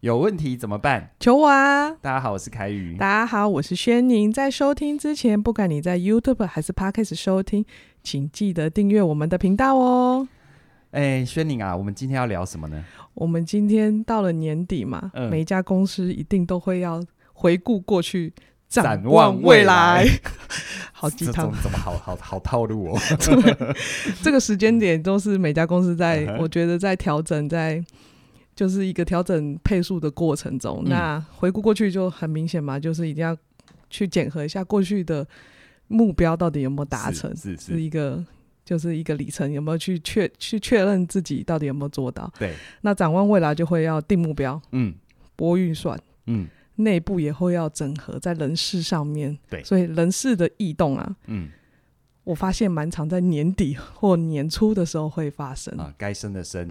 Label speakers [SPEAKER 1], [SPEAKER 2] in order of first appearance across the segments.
[SPEAKER 1] 有问题怎么办？
[SPEAKER 2] 求我啊！
[SPEAKER 1] 大家好，我是凯宇。
[SPEAKER 2] 大家好，我是轩宁。在收听之前，不管你在 YouTube 还是 Podcast 收听，请记得订阅我们的频道哦。
[SPEAKER 1] 哎，轩宁啊，我们今天要聊什么呢？
[SPEAKER 2] 我们今天到了年底嘛，
[SPEAKER 1] 嗯
[SPEAKER 2] 每一家公司一定都会要回顾过去，展
[SPEAKER 1] 展
[SPEAKER 2] 望
[SPEAKER 1] 望未
[SPEAKER 2] 未来。 好鸡
[SPEAKER 1] 这
[SPEAKER 2] 汤
[SPEAKER 1] 种！怎么好好好套路哦？
[SPEAKER 2] 这个时间点都是每家公司在，
[SPEAKER 1] 嗯哼
[SPEAKER 2] 我觉得在调整，在就是一个调整配速的过程中。
[SPEAKER 1] 嗯
[SPEAKER 2] 那回顾过去就很明显嘛，就是一定要去检核一下过去的目标到底有没有 达成，
[SPEAKER 1] 是是
[SPEAKER 2] 是
[SPEAKER 1] 是，
[SPEAKER 2] 一个就是一个里程，有没有去确去确认自己到底有没有做到。
[SPEAKER 1] 对，
[SPEAKER 2] 那展望未来就会要定目标、
[SPEAKER 1] 嗯
[SPEAKER 2] 拨预算。
[SPEAKER 1] 嗯
[SPEAKER 2] 内部也会要整合在人事上面，
[SPEAKER 1] 对
[SPEAKER 2] 所以人事的异动啊，
[SPEAKER 1] 嗯
[SPEAKER 2] 我发现蛮常在年底或年初的时候会发生。
[SPEAKER 1] 啊，该升的 升，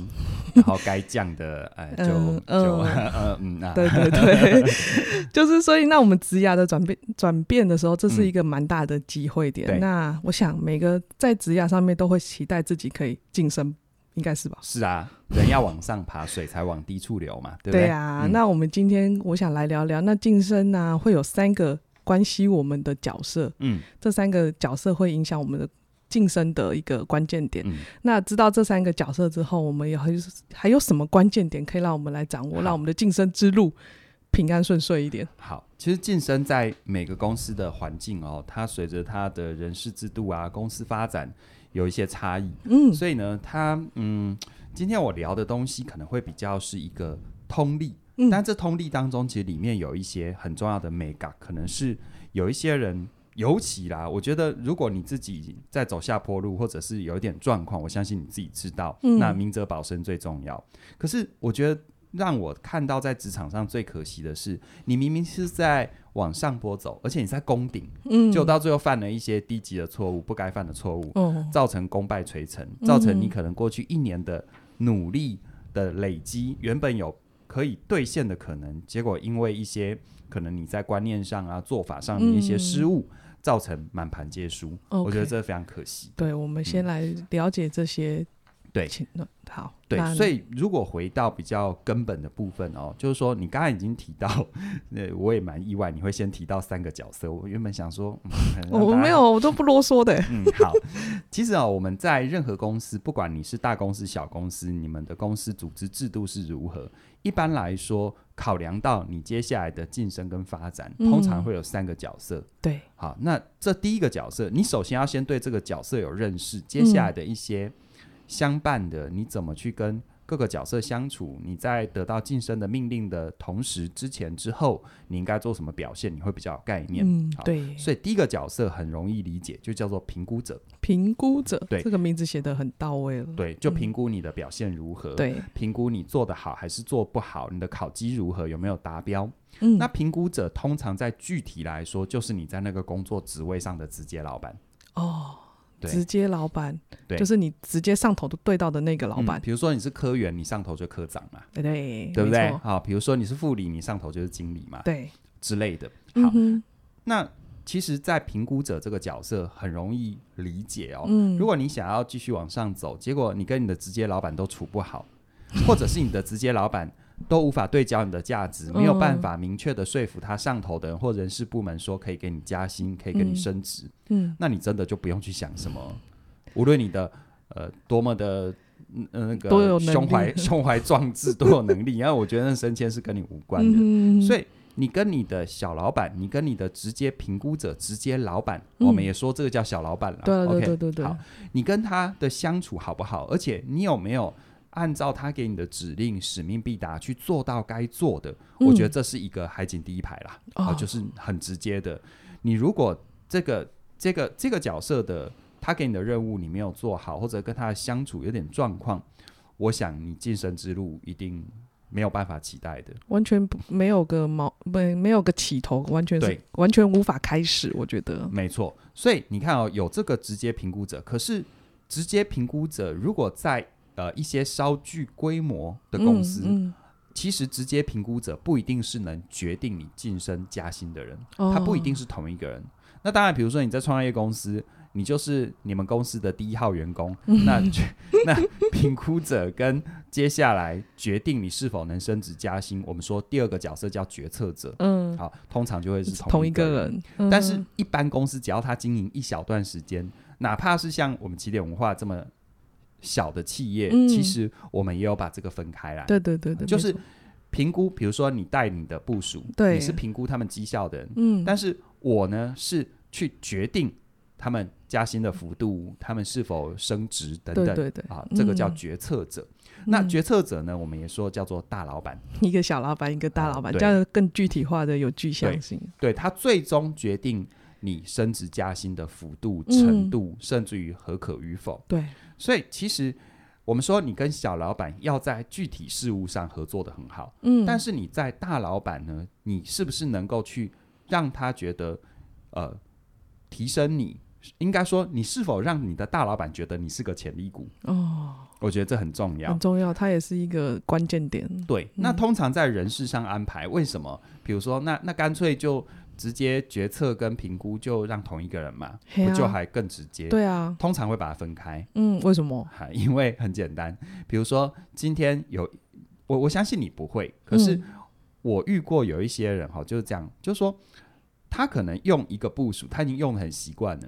[SPEAKER 1] 然后该降的哎，就
[SPEAKER 2] 嗯
[SPEAKER 1] 就
[SPEAKER 2] 嗯
[SPEAKER 1] 呃 嗯啊，
[SPEAKER 2] 对对对， 就是所以那我们职涯的转变转变的时候，这是一个蛮大的机会点。
[SPEAKER 1] 嗯对
[SPEAKER 2] 那我想每个在职涯上面都会期待自己可以晋升，应该是吧？
[SPEAKER 1] 是啊，人要往上爬，水才往低处流嘛，对不
[SPEAKER 2] 对
[SPEAKER 1] 对？
[SPEAKER 2] 啊，
[SPEAKER 1] 嗯
[SPEAKER 2] 那我们今天我想来聊聊，那晋升呢、会有三个关系我们的角色，
[SPEAKER 1] 嗯
[SPEAKER 2] 这三个角色会影响我们的晋升的一个关键点。
[SPEAKER 1] 嗯，
[SPEAKER 2] 那知道这三个角色之后，我们有还有还有什么关键点可以让我们来掌握，
[SPEAKER 1] 好
[SPEAKER 2] 让我们的晋升之路平安顺遂一点？
[SPEAKER 1] 好，其实晋升在每个公司的环境哦，它随着它的人事制度啊、公司发展有一些差异，
[SPEAKER 2] 嗯，
[SPEAKER 1] 所以呢，它嗯，今天我聊的东西可能会比较是一个通例，
[SPEAKER 2] 嗯
[SPEAKER 1] 但这通例当中其实里面有一些很重要的美感，可能是有一些人。尤其啦，我觉得如果你自己在走下坡路，或者是有一点状况，我相信你自己知道，
[SPEAKER 2] 嗯
[SPEAKER 1] 那明哲保身最重要。可是我觉得让我看到在职场上最可惜的是，你明明是在往上坡走，而且你在攻顶，
[SPEAKER 2] 嗯，
[SPEAKER 1] 就到最后犯了一些低级的错误，不该犯的错误，
[SPEAKER 2] 哦，
[SPEAKER 1] 造成功败垂成，造成你
[SPEAKER 2] 嗯
[SPEAKER 1] 可能过去一年的努力的累
[SPEAKER 2] 嗯
[SPEAKER 1] 积，原本有可以兑现的可能，结果因为一些可能你在观念上啊、做法上面一些失误，造成满盘皆输。我觉得
[SPEAKER 2] 嗯 OK
[SPEAKER 1] 这非常可惜。
[SPEAKER 2] 对，我们先来了解这些
[SPEAKER 1] 嗯对
[SPEAKER 2] 情论。好，
[SPEAKER 1] 对
[SPEAKER 2] 那，
[SPEAKER 1] 所以如果回到比较根本的部分哦，就是说你刚才已经提到， 呃，我也蛮意外，你会先提到三个角色。我原本想说，嗯、可能让
[SPEAKER 2] 我
[SPEAKER 1] 大家
[SPEAKER 2] 没有，我都不啰嗦的。
[SPEAKER 1] 嗯，好。其实啊、我们在任何公司，不管你是大公司、小公司，你们的公司组织制度是如何，一般来说，考量到你接下来的晋升跟发展，
[SPEAKER 2] 嗯
[SPEAKER 1] 通常会有三个角色。
[SPEAKER 2] 对，
[SPEAKER 1] 好，那这第一个角色，你首先要先对这个角色有认识，接下
[SPEAKER 2] 嗯
[SPEAKER 1] 来的一些相伴的，你怎么去跟各个角色相处？你在得到晋升的命令的同时、之前、之后，你应该做什么表现？你会比较有概念。
[SPEAKER 2] 嗯，
[SPEAKER 1] 好
[SPEAKER 2] 对，
[SPEAKER 1] 所以第一个角色很容易理解，就叫做评估者。
[SPEAKER 2] 评估者，
[SPEAKER 1] 对
[SPEAKER 2] 这个名字写的很到位了。
[SPEAKER 1] 对，就
[SPEAKER 2] 嗯
[SPEAKER 1] 评估你的表现如何，，
[SPEAKER 2] 对，
[SPEAKER 1] 评估你做得好还是做不好，你的考绩如何，有没有达标。
[SPEAKER 2] 嗯，
[SPEAKER 1] 那评估者通常在具体来说，就是你在那个工作职位上的直接老板，
[SPEAKER 2] 哦，
[SPEAKER 1] 对
[SPEAKER 2] 直接老板，
[SPEAKER 1] 对
[SPEAKER 2] 就是你直接上头都对到的那个老
[SPEAKER 1] 嗯
[SPEAKER 2] 板，
[SPEAKER 1] 比如说你是科员，你上头就科长嘛，
[SPEAKER 2] 对对
[SPEAKER 1] 对不
[SPEAKER 2] 没
[SPEAKER 1] 对？
[SPEAKER 2] 错
[SPEAKER 1] 好，比如说你是副理，你上头就是经理嘛，
[SPEAKER 2] 对，
[SPEAKER 1] 之类的。
[SPEAKER 2] 嗯
[SPEAKER 1] 好，
[SPEAKER 2] 哼
[SPEAKER 1] 那其实，在评估者这个角色很容易理解哦。
[SPEAKER 2] 嗯，
[SPEAKER 1] 如果你想要继续往上走，结果你跟你的直接老板都处不好，或者是你的直接老板都无法对焦你的价值，
[SPEAKER 2] 嗯
[SPEAKER 1] 没有办法明确的说服他上头的人或人事部门说可以给你加薪，可以给你升职，
[SPEAKER 2] 嗯，
[SPEAKER 1] 那你真的就不用去想什么，无论你的呃多么的。嗯呃，那
[SPEAKER 2] 多有
[SPEAKER 1] 个
[SPEAKER 2] 能力
[SPEAKER 1] 胸怀 胸怀壮志，多有能力。然后我觉得那升迁是跟你无关的，
[SPEAKER 2] 嗯哼
[SPEAKER 1] 所以你跟你的小老板，你跟你的直接评估者、直接老板，哦
[SPEAKER 2] 嗯
[SPEAKER 1] 我们也说这个叫小老板了。
[SPEAKER 2] 对啊对
[SPEAKER 1] OK，
[SPEAKER 2] 对对对
[SPEAKER 1] 好，你跟他的相处好不好？而且你有没有按照他给你的指令，使命必达去做到该做的？
[SPEAKER 2] 嗯
[SPEAKER 1] 我觉得这是一个海景第一排啦，
[SPEAKER 2] 哦
[SPEAKER 1] 啊，就是很直接的。你如果这个这个这个角色的他给你的任务你没有做好，或者跟他的相处有点状况，我想你晋升之路一定没有办法期待的。
[SPEAKER 2] 完全不没有个毛没没有个起头，完全是
[SPEAKER 1] 对
[SPEAKER 2] 完全无法开始，我觉得。
[SPEAKER 1] 没错，所以你看哦，有这个直接评估者，可是直接评估者如果在呃一些稍具规模的公司，
[SPEAKER 2] 嗯嗯
[SPEAKER 1] 其实直接评估者不一定是能决定你晋升加薪的人，
[SPEAKER 2] 哦
[SPEAKER 1] 他不一定是同一个人。那当然，比如说你在创业公司，你就是你们公司的第一号员工，
[SPEAKER 2] 嗯
[SPEAKER 1] 那 决那评估者跟接下来决定你是否能升职加薪，我们说第二个角色叫决策者，
[SPEAKER 2] 嗯，
[SPEAKER 1] 好，通常就会是
[SPEAKER 2] 同
[SPEAKER 1] 一
[SPEAKER 2] 一个。人，嗯
[SPEAKER 1] 但是，一般公司只要它经营一小段时间，哪怕是像我们起点文化这么小的企业，
[SPEAKER 2] 嗯
[SPEAKER 1] 其实我们也有把这个分开来。
[SPEAKER 2] 对对对对，
[SPEAKER 1] 哎就
[SPEAKER 2] 没
[SPEAKER 1] 是
[SPEAKER 2] 错
[SPEAKER 1] 评估，比如说你带你的部署，
[SPEAKER 2] 对
[SPEAKER 1] 你是评估他们绩效的人，
[SPEAKER 2] 嗯，
[SPEAKER 1] 但是我呢是去决定他们加薪的幅度，他们是否升职等等。
[SPEAKER 2] 对对对，
[SPEAKER 1] 啊，这个叫
[SPEAKER 2] 嗯
[SPEAKER 1] 决策者。那
[SPEAKER 2] 嗯
[SPEAKER 1] 决策者呢，我们也说叫做大老板，
[SPEAKER 2] 一个小老板，一个大老板，
[SPEAKER 1] 哦对
[SPEAKER 2] 这样更具体化的有具象性。
[SPEAKER 1] 对他最终决定你升职加薪的幅度、
[SPEAKER 2] 嗯
[SPEAKER 1] 程度，甚至于合可与否。
[SPEAKER 2] 对，
[SPEAKER 1] 所以其实我们说，你跟小老板要在具体事务上合作的很好，
[SPEAKER 2] 嗯，
[SPEAKER 1] 但是你在大老板呢，你是不是能够去让他觉得，呃，提升你？应该说，你是否让你的大老板觉得你是个潜力股？
[SPEAKER 2] 哦，
[SPEAKER 1] 我觉得这很重要。
[SPEAKER 2] 很重要，它也是一个关键点。
[SPEAKER 1] 对，那通常在人事上安排，为什么？比如说，那那干脆就直接决策跟评估就让同一个人嘛，
[SPEAKER 2] 嘿啊
[SPEAKER 1] 不就还更直接？
[SPEAKER 2] 对啊，
[SPEAKER 1] 通常会把它分开，
[SPEAKER 2] 嗯，为什么？
[SPEAKER 1] 哈，因为很简单。比如说，今天有我，我相信你不会，可是
[SPEAKER 2] 嗯
[SPEAKER 1] 我遇过有一些人哈，就是这样，就是说他可能用一个部署，他已经用的很习惯了。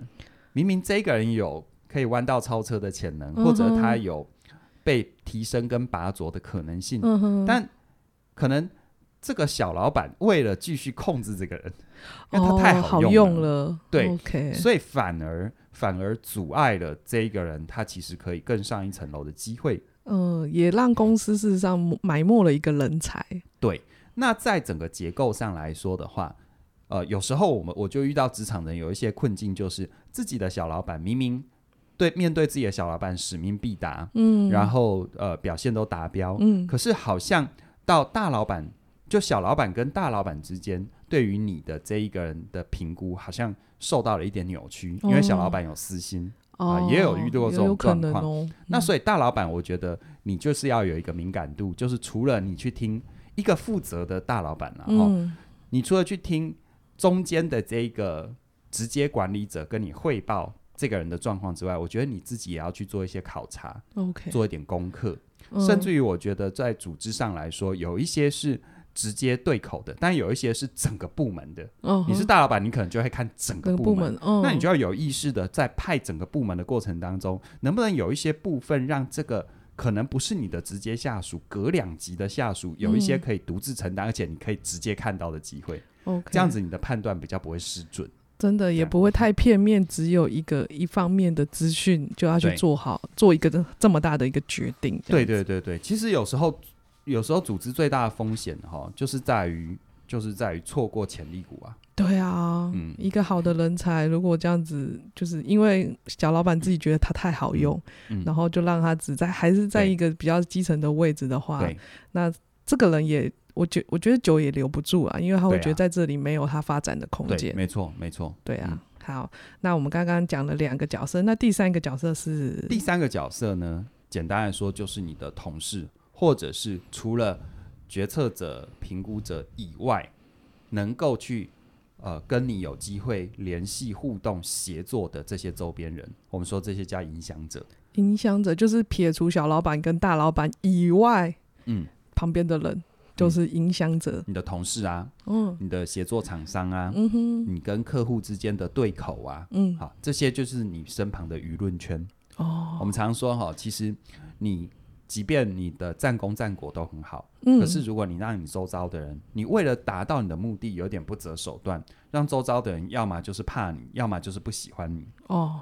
[SPEAKER 1] 明明这个人有可以弯道超车的潜能，或者
[SPEAKER 2] 嗯哼
[SPEAKER 1] 他有被提升跟拔擢的可能性，
[SPEAKER 2] 嗯哼，
[SPEAKER 1] 但可能这个小老板为了继续控制这个人，因为他太
[SPEAKER 2] 哦好
[SPEAKER 1] 用
[SPEAKER 2] 用了，
[SPEAKER 1] 对
[SPEAKER 2] ，OK，
[SPEAKER 1] 所以反而反而阻碍了这一个人，他其实可以更上一层楼的机会。
[SPEAKER 2] 嗯，也让公司事实上埋没了一个人才。
[SPEAKER 1] 对，那在整个结构上来说的话，呃，有时候我们我就遇到职场人有一些困境，就是自己的小老板明明对面对自己的小老板使命必达，
[SPEAKER 2] 嗯，
[SPEAKER 1] 然后呃表现都达标，
[SPEAKER 2] 嗯，
[SPEAKER 1] 可是好像到大老板，就小老板跟大老板之间，对于你的这一个人的评估，好像受到了一点扭曲，因为小老板有私心，
[SPEAKER 2] 哦，
[SPEAKER 1] 啊也有遇到这种
[SPEAKER 2] 有可
[SPEAKER 1] 状
[SPEAKER 2] 能
[SPEAKER 1] 况
[SPEAKER 2] 哦。
[SPEAKER 1] 那
[SPEAKER 2] 嗯
[SPEAKER 1] 所以大老板，我觉得你就是要有一个敏感度，就是除了你去听一个负责的大老板了、啊、哦，
[SPEAKER 2] 嗯，
[SPEAKER 1] 你除了去听中间的这一个直接管理者跟你汇报。这个人的状况之外，我觉得你自己也要去做一些考察，
[SPEAKER 2] 嗯 OK，
[SPEAKER 1] 做一点功课。
[SPEAKER 2] 嗯
[SPEAKER 1] 甚至于我觉得在组织上来说，有一些是直接对口的，但有一些是整个部门的。
[SPEAKER 2] 嗯
[SPEAKER 1] 你是
[SPEAKER 2] 哼
[SPEAKER 1] 大老板，你可能就会看整个
[SPEAKER 2] 那个
[SPEAKER 1] 部
[SPEAKER 2] 部
[SPEAKER 1] 门。
[SPEAKER 2] 门，嗯，
[SPEAKER 1] 那你就要有意识的在派整个部门的过程当中，能不能有一些部分让这个可能不是你的直接下属，隔两级的下属有一些
[SPEAKER 2] 嗯
[SPEAKER 1] 可以独自承担，而且你可以直接看到的机会，
[SPEAKER 2] 哦 OK，
[SPEAKER 1] 这样子你啊的判断比较不会失准。
[SPEAKER 2] 真的也不会太片面，只有一个一方面的资讯就要去
[SPEAKER 1] 对
[SPEAKER 2] 做好做一个这这么大的一个决定。这
[SPEAKER 1] 对
[SPEAKER 2] 样子，
[SPEAKER 1] 对对对，其实有时候有时候组织最大的风险哈、就是在于就是在于错过潜力股啊。
[SPEAKER 2] 对啊，
[SPEAKER 1] 嗯
[SPEAKER 2] 一个好的人才，如果这样子，就是因为小老板自己觉得他太好用，
[SPEAKER 1] 嗯
[SPEAKER 2] 然后就让他只在还是在
[SPEAKER 1] 对
[SPEAKER 2] 一个比较基层的位置的话，
[SPEAKER 1] 对，
[SPEAKER 2] 那这个人也。我觉我觉得久也留不住啊，因为他会
[SPEAKER 1] 对啊
[SPEAKER 2] 觉得在这里没有他发展的空间。
[SPEAKER 1] 没错，没错。
[SPEAKER 2] 对啊，
[SPEAKER 1] 嗯
[SPEAKER 2] 好，那我们刚刚讲了两个角色，那第三个角色是
[SPEAKER 1] 第三个角色呢，简单来说就是你的同事，或者是除了决策者、评估者以外，能够去呃跟你有机会联系、互动、协作的这些周边人，我们说这些叫影响者。
[SPEAKER 2] 影响者，就是撇除小老板跟大老板以外，
[SPEAKER 1] 嗯，
[SPEAKER 2] 旁边的人就是影响者。
[SPEAKER 1] 你的同事啊，
[SPEAKER 2] 嗯
[SPEAKER 1] 你的协作厂商啊，
[SPEAKER 2] 嗯哼，
[SPEAKER 1] 你跟客户之间的对口啊，
[SPEAKER 2] 嗯
[SPEAKER 1] 好，这些就是你身旁的舆论圈。
[SPEAKER 2] 哦，
[SPEAKER 1] 我们常说哈，其实你即便你的战功战果都很好。
[SPEAKER 2] 嗯
[SPEAKER 1] 可是如果你让你周遭的人，你为了达到你的目的，有点不择手段，让周遭的人要么就是怕你，要么就是不喜欢你。
[SPEAKER 2] 哦，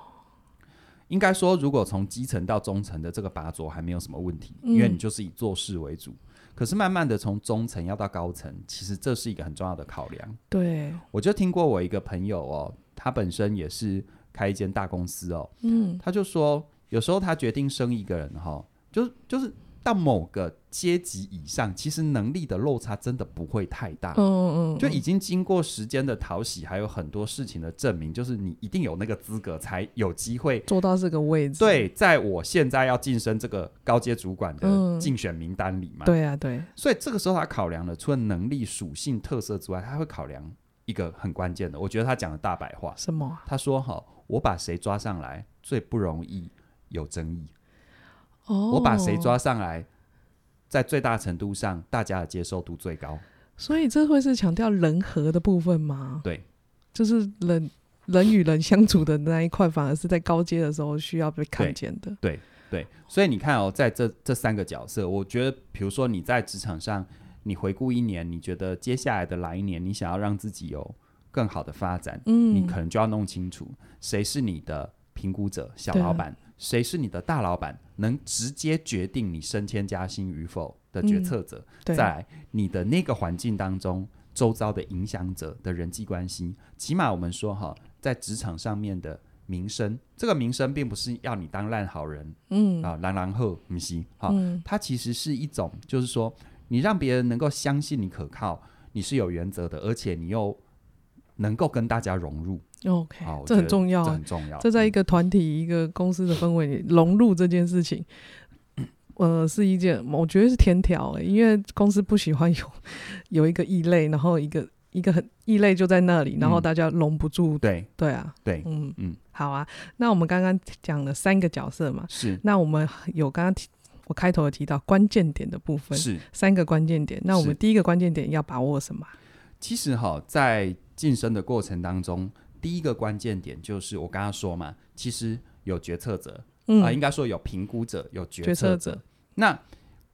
[SPEAKER 1] 应该说，如果从基层到中层的这个拔擢还没有什么问题，
[SPEAKER 2] 嗯
[SPEAKER 1] 因为你就是以做事为主。可是慢慢的从中层要到高层，其实这是一个很重要的考量。
[SPEAKER 2] 对，
[SPEAKER 1] 我就听过我一个朋友哦，他本身也是开一间大公司哦，
[SPEAKER 2] 嗯
[SPEAKER 1] 他就说，有时候他决定生一个人哈、就是就是到某个阶级以上，其实能力的落差真的不会太大。
[SPEAKER 2] 嗯嗯，嗯
[SPEAKER 1] 就已经经过时间的淘洗，还有很多事情的证明，就是你一定有那个资格，才有机会。
[SPEAKER 2] 做到这个位置，
[SPEAKER 1] 对，在我现在要晋升这个高阶主管
[SPEAKER 2] 嗯
[SPEAKER 1] 的竞选名单里嘛，
[SPEAKER 2] 对啊对，
[SPEAKER 1] 所以这个时候他考量了除了能力属性特色之外，他会考量一个很关键的。我觉得他讲的大白话，
[SPEAKER 2] 什么啊
[SPEAKER 1] 他说哈，我把谁抓上来最不容易有争议，
[SPEAKER 2] 哦，
[SPEAKER 1] 我把谁，抓上来，在最大程度上大家的接受度最高。
[SPEAKER 2] 所以这会是强调人和的部分吗？
[SPEAKER 1] 对，
[SPEAKER 2] 就是人人与人相处的那一块，反而是在高阶的时候需要被看见的。
[SPEAKER 1] 对，所以你看哦，在这这三个角色，我觉得，比如说你在职场上，你回顾一年，你觉得接下来的来一年，你想要让自己有更好的发展，
[SPEAKER 2] 嗯，
[SPEAKER 1] 你可能就要弄清楚谁是你的评估者、小
[SPEAKER 2] 对啊
[SPEAKER 1] 老板，谁是你的大老板，能直接决定你升迁加薪与否的决
[SPEAKER 2] 嗯
[SPEAKER 1] 策者。
[SPEAKER 2] 对，
[SPEAKER 1] 在你的那个环境当中，周遭的影响者的人际关系，起码我们说哈，在职场上面的名声，这个名声并不是要你当烂好人
[SPEAKER 2] 嗯
[SPEAKER 1] 啊，狼狼后不是哈，
[SPEAKER 2] 嗯
[SPEAKER 1] 它其实是一种，就是说你让别人能够相信你可靠，你是有原则的，而且你又能够跟大家融入，
[SPEAKER 2] ，OK，
[SPEAKER 1] 好我
[SPEAKER 2] 这
[SPEAKER 1] 觉
[SPEAKER 2] 很
[SPEAKER 1] 得
[SPEAKER 2] 重要
[SPEAKER 1] 这
[SPEAKER 2] 啊。
[SPEAKER 1] 很重要。
[SPEAKER 2] 这在一
[SPEAKER 1] 嗯
[SPEAKER 2] 个团体、一个公司的氛围里融入这件事情，呃，是一件我觉得是天条、欸，因为公司不喜欢有有一个异类，然后一个一个很异类就在那里，然后
[SPEAKER 1] 嗯
[SPEAKER 2] 大家融不住。
[SPEAKER 1] 对
[SPEAKER 2] 对啊，
[SPEAKER 1] 对
[SPEAKER 2] 嗯嗯
[SPEAKER 1] 嗯，
[SPEAKER 2] 好啊。那我们刚刚讲了三个角色嘛，
[SPEAKER 1] 是
[SPEAKER 2] 那我们有刚刚提我开头有提到关键点的部分，
[SPEAKER 1] 是，
[SPEAKER 2] 三个关键点。那我们
[SPEAKER 1] 是
[SPEAKER 2] 第一个关键点要把握什么啊？
[SPEAKER 1] 其实哈，在晋升的过程当中，第一个关键点就是我刚刚说嘛，其实有决策者啊、应
[SPEAKER 2] 嗯，
[SPEAKER 1] 该说有评估者，有决
[SPEAKER 2] 决策
[SPEAKER 1] 策
[SPEAKER 2] 者，
[SPEAKER 1] 那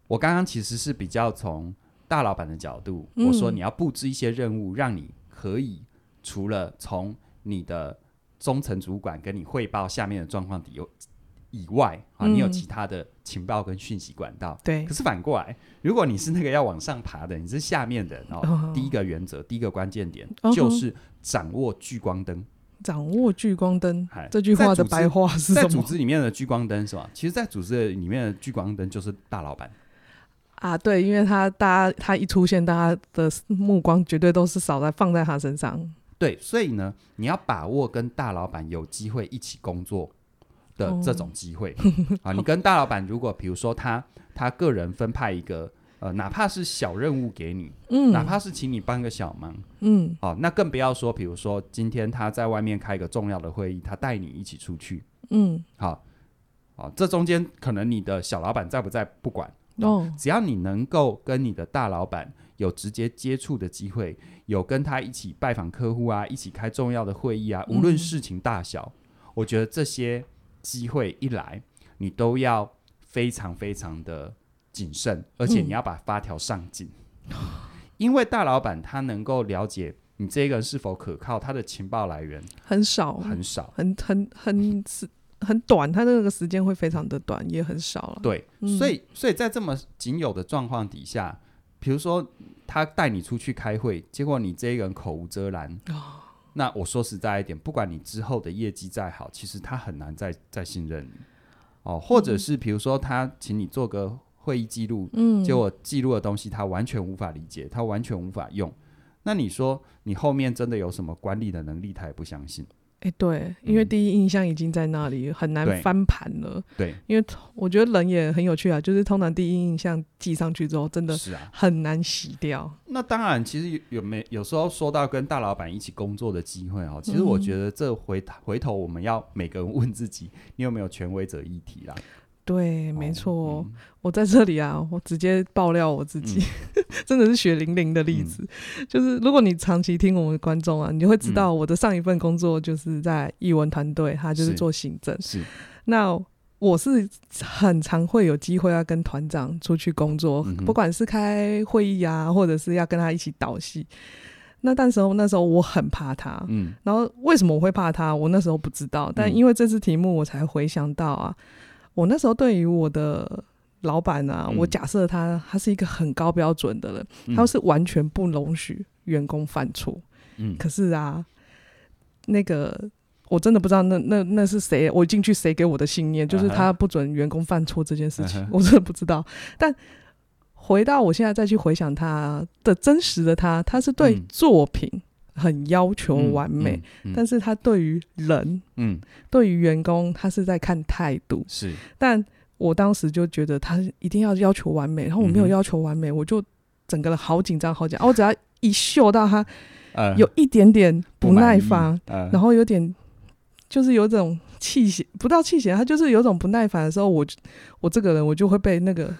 [SPEAKER 1] 我刚刚其实是比较从大老板的角度，
[SPEAKER 2] 嗯
[SPEAKER 1] 我说你要布置一些任务，让你可以除了从你的中层主管跟你汇报下面的状况底有以外啊，你有
[SPEAKER 2] 嗯
[SPEAKER 1] 其他的情报跟讯息管道。
[SPEAKER 2] 对
[SPEAKER 1] 可，是反过来，如果你是那个要往上爬的，你是下面的人哦，
[SPEAKER 2] 哦
[SPEAKER 1] 第一个原则，第一个关键点、
[SPEAKER 2] 嗯哼
[SPEAKER 1] 就是掌握聚光灯。
[SPEAKER 2] 掌握聚光灯
[SPEAKER 1] 嗨
[SPEAKER 2] 这句话
[SPEAKER 1] 哎在
[SPEAKER 2] 的
[SPEAKER 1] 组织
[SPEAKER 2] 白话是
[SPEAKER 1] 在
[SPEAKER 2] 什
[SPEAKER 1] 组
[SPEAKER 2] 么
[SPEAKER 1] 织里面的聚光灯是吧？其实，在组织里面的聚光灯就是大老板。
[SPEAKER 2] 啊？对，因为他大家他一出现，大家的目光绝对都是扫在放在他身上。
[SPEAKER 1] 对，所以呢，你要把握跟大老板有机会一起工作的这
[SPEAKER 2] 哦
[SPEAKER 1] 种机会、啊。你跟大老板如果比如说他他个人分派一个呃，哪怕是小任务给你，
[SPEAKER 2] 嗯，
[SPEAKER 1] 哪怕是请你帮个小忙，
[SPEAKER 2] 嗯
[SPEAKER 1] 哦、那更不要说，比如说今天他在外面开一个重要的会议，他带你一起出去，
[SPEAKER 2] 嗯
[SPEAKER 1] 好、好、这中间可能你的小老板在不在不管，
[SPEAKER 2] 哦
[SPEAKER 1] 只要你能够跟你的大老板有直接接触的机会，有跟他一起拜访客户啊，一起开重要的会议啊，
[SPEAKER 2] 嗯
[SPEAKER 1] 无论事情大小，我觉得这些机会一来，你都要非常非常的谨慎，而且
[SPEAKER 2] 嗯
[SPEAKER 1] 你要把发条上紧，因为大老板他能够了解你这个人是否可靠，他的情报来源
[SPEAKER 2] 很少，
[SPEAKER 1] 很少。
[SPEAKER 2] 很很很是很短，他那个时间会非常的短，也很少了。
[SPEAKER 1] 对，
[SPEAKER 2] 嗯
[SPEAKER 1] 所以所以在这么仅有的状况底下，比如说他带你出去开会，结果你这一个人口无遮拦，
[SPEAKER 2] 哦
[SPEAKER 1] 那我说实在一点，不管你之后的业绩再好，其实他很难再再信任你哦，或者是比如说他请你做个会议记录，
[SPEAKER 2] 嗯，
[SPEAKER 1] 结果记录的东西他完全无法理解，他完全无法用。那你说你后面真的有什么管理的能力，他也不相信。
[SPEAKER 2] 哎、对，因为
[SPEAKER 1] 嗯
[SPEAKER 2] 第一印象已经在那里，很难
[SPEAKER 1] 对
[SPEAKER 2] 翻盘了。
[SPEAKER 1] 对，
[SPEAKER 2] 因为我觉得人也很有趣啊，就是通常第一印象记上去之后，真的
[SPEAKER 1] 是啊，
[SPEAKER 2] 很难洗掉。
[SPEAKER 1] 那当然，其实有有没有时候说到跟大老板一起工作的机会哦，其实我觉得这回回头我们要每个人问自己，你有没有权威者议题啦？
[SPEAKER 2] 对，没
[SPEAKER 1] 哦
[SPEAKER 2] 错、
[SPEAKER 1] 嗯
[SPEAKER 2] 我在这里啊，我直接爆料我自己，
[SPEAKER 1] 嗯
[SPEAKER 2] 真的是血淋淋的例子。就是如果你长期听我们的观众啊，你就会知道我的上一份工作就是在译文团队，他就
[SPEAKER 1] 嗯
[SPEAKER 2] 是
[SPEAKER 1] 是
[SPEAKER 2] 做行政。
[SPEAKER 1] 是
[SPEAKER 2] 那我是很常会有机会要跟团长出去工作，
[SPEAKER 1] 嗯哼
[SPEAKER 2] 不管是开会议啊，或者是要跟他一起导戏。那但时候那时候我很怕他，
[SPEAKER 1] 嗯
[SPEAKER 2] 然后为什么我会怕他？我那时候不知道，但
[SPEAKER 1] 嗯
[SPEAKER 2] 因为这次题目，我才回想到啊，我那时候对于我的老板啊，
[SPEAKER 1] 嗯
[SPEAKER 2] 我假设他他是一个很高标准的人，
[SPEAKER 1] 嗯
[SPEAKER 2] 他是完全不容许员工犯错。
[SPEAKER 1] 嗯
[SPEAKER 2] 可是啊，那个我真的不知道那那那是谁，我进去谁给我的信念，就是
[SPEAKER 1] 啊哈
[SPEAKER 2] 他不准员工犯错这件事情
[SPEAKER 1] 啊哈
[SPEAKER 2] 我真的不知道。但回到我现在再去回想他的真实的他，他是对
[SPEAKER 1] 嗯
[SPEAKER 2] 作品很要求完美，，
[SPEAKER 1] 嗯嗯嗯
[SPEAKER 2] 但是他对于人、
[SPEAKER 1] 嗯
[SPEAKER 2] 对于员工，他是在看态度。
[SPEAKER 1] 是
[SPEAKER 2] 但我当时就觉得他一定要要求完美，然后我没有
[SPEAKER 1] 嗯哼
[SPEAKER 2] 要求完美，我就整个人好紧张，好紧张。我只要 一嗅到他
[SPEAKER 1] 呃
[SPEAKER 2] 有一点点不耐
[SPEAKER 1] 满意
[SPEAKER 2] 烦，
[SPEAKER 1] 呃
[SPEAKER 2] 然后有点就是有种气血，不到气血，他就是有种不耐烦的时候，我就我这个人我就会被那个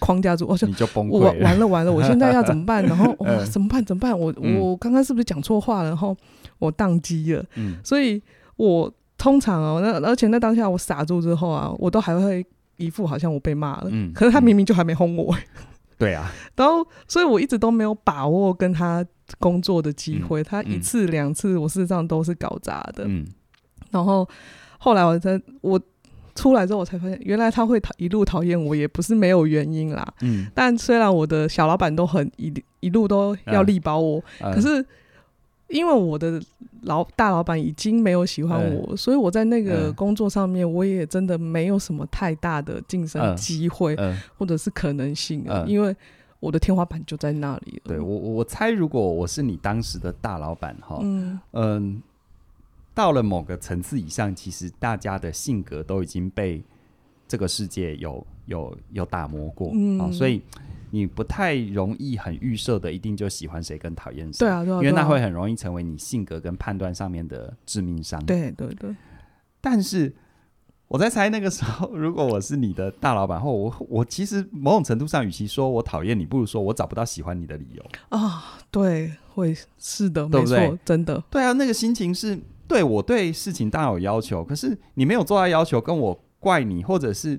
[SPEAKER 2] 框架住，哦我就
[SPEAKER 1] 你就崩
[SPEAKER 2] 我
[SPEAKER 1] 溃了。
[SPEAKER 2] 完了完了，我现在要怎么办？然后哇、
[SPEAKER 1] 嗯
[SPEAKER 2] 怎么办？怎么办？我
[SPEAKER 1] 嗯
[SPEAKER 2] 我刚刚是不是讲错话了？然后我宕机了，
[SPEAKER 1] 嗯
[SPEAKER 2] 所以我通常哦，那而且那当下我傻住之后啊，我都还会一副好像我被骂了，
[SPEAKER 1] 嗯
[SPEAKER 2] 可是他明明就还没轰我、
[SPEAKER 1] 对啊，
[SPEAKER 2] 然后所以我一直都没有把握跟他工作的机会，他一次两次我事实上都是搞砸的，
[SPEAKER 1] 嗯
[SPEAKER 2] 然后后来我才我出来之后我才发现，原来他会讨一路讨厌我也不是没有原因啦，
[SPEAKER 1] 嗯，
[SPEAKER 2] 但虽然我的小老板都很一一路都要力保我，
[SPEAKER 1] 呃
[SPEAKER 2] 可是因为我的老大老板已经没有喜欢我，所以我在那个
[SPEAKER 1] 嗯
[SPEAKER 2] 工作上面我也真的没有什么太大的晋升
[SPEAKER 1] 嗯
[SPEAKER 2] 机会、
[SPEAKER 1] 呃
[SPEAKER 2] 或者是可能性了，
[SPEAKER 1] 嗯
[SPEAKER 2] 因为我的天花板就在那里了。
[SPEAKER 1] 对我哦我我猜，如果我是你当时的大老板哈，
[SPEAKER 2] 嗯，
[SPEAKER 1] 嗯，到了某个层次以上，其实大家的性格都已经被这个世界有有有打磨过、
[SPEAKER 2] 嗯
[SPEAKER 1] 啊，所以你不太容易很预设的，一定就喜欢谁跟讨厌谁。
[SPEAKER 2] 对啊，对啊，
[SPEAKER 1] 因为
[SPEAKER 2] 对啊
[SPEAKER 1] 那会很容易成为你性格跟判断上面的致命伤。，
[SPEAKER 2] 对对对，
[SPEAKER 1] 但是我在猜那个时候，如果我是你的大老板后，我我其实某种程度上，与其说我讨厌你，不如说我找不到喜欢你的理由。
[SPEAKER 2] 啊，对，会是的，
[SPEAKER 1] 对
[SPEAKER 2] 没
[SPEAKER 1] 不
[SPEAKER 2] 错
[SPEAKER 1] 对，
[SPEAKER 2] 真的，
[SPEAKER 1] 对啊，那个心情是对我对事情当然有要求，可是你没有做到要求，跟我怪你，或者是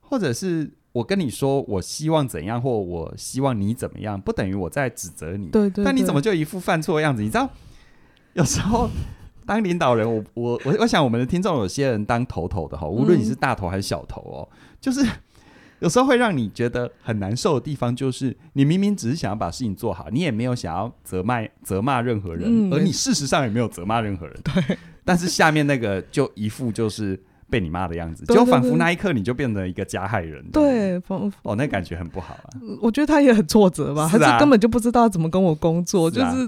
[SPEAKER 1] 或者是我跟你说我希望怎样，或我希望你怎么样，不等于我在指责你。
[SPEAKER 2] 对对对。
[SPEAKER 1] 但你怎么就一副犯错的样子？你知道，有时候当领导人，我我我我想我们的听众有些人当头头的哈，无论
[SPEAKER 2] 嗯
[SPEAKER 1] 你是大头还是小头哦，就是有时候会让你觉得很难受的地方，就是你明明只是想要把事情做好，你也没有想要责骂责骂任何人，
[SPEAKER 2] 嗯
[SPEAKER 1] 而
[SPEAKER 2] 没
[SPEAKER 1] 你事实上也没有责骂任何人。对，但是下面那个就一副就是。被你骂的样子，
[SPEAKER 2] 对
[SPEAKER 1] 就仿
[SPEAKER 2] 对
[SPEAKER 1] 佛
[SPEAKER 2] 对
[SPEAKER 1] 那一刻你就变成一个加害人。，
[SPEAKER 2] 对，仿
[SPEAKER 1] 哦，那感觉很不好啊。
[SPEAKER 2] 我觉得他也很挫折吧，
[SPEAKER 1] 是啊
[SPEAKER 2] 他是根本就不知道怎么跟我工作，
[SPEAKER 1] 是啊
[SPEAKER 2] 就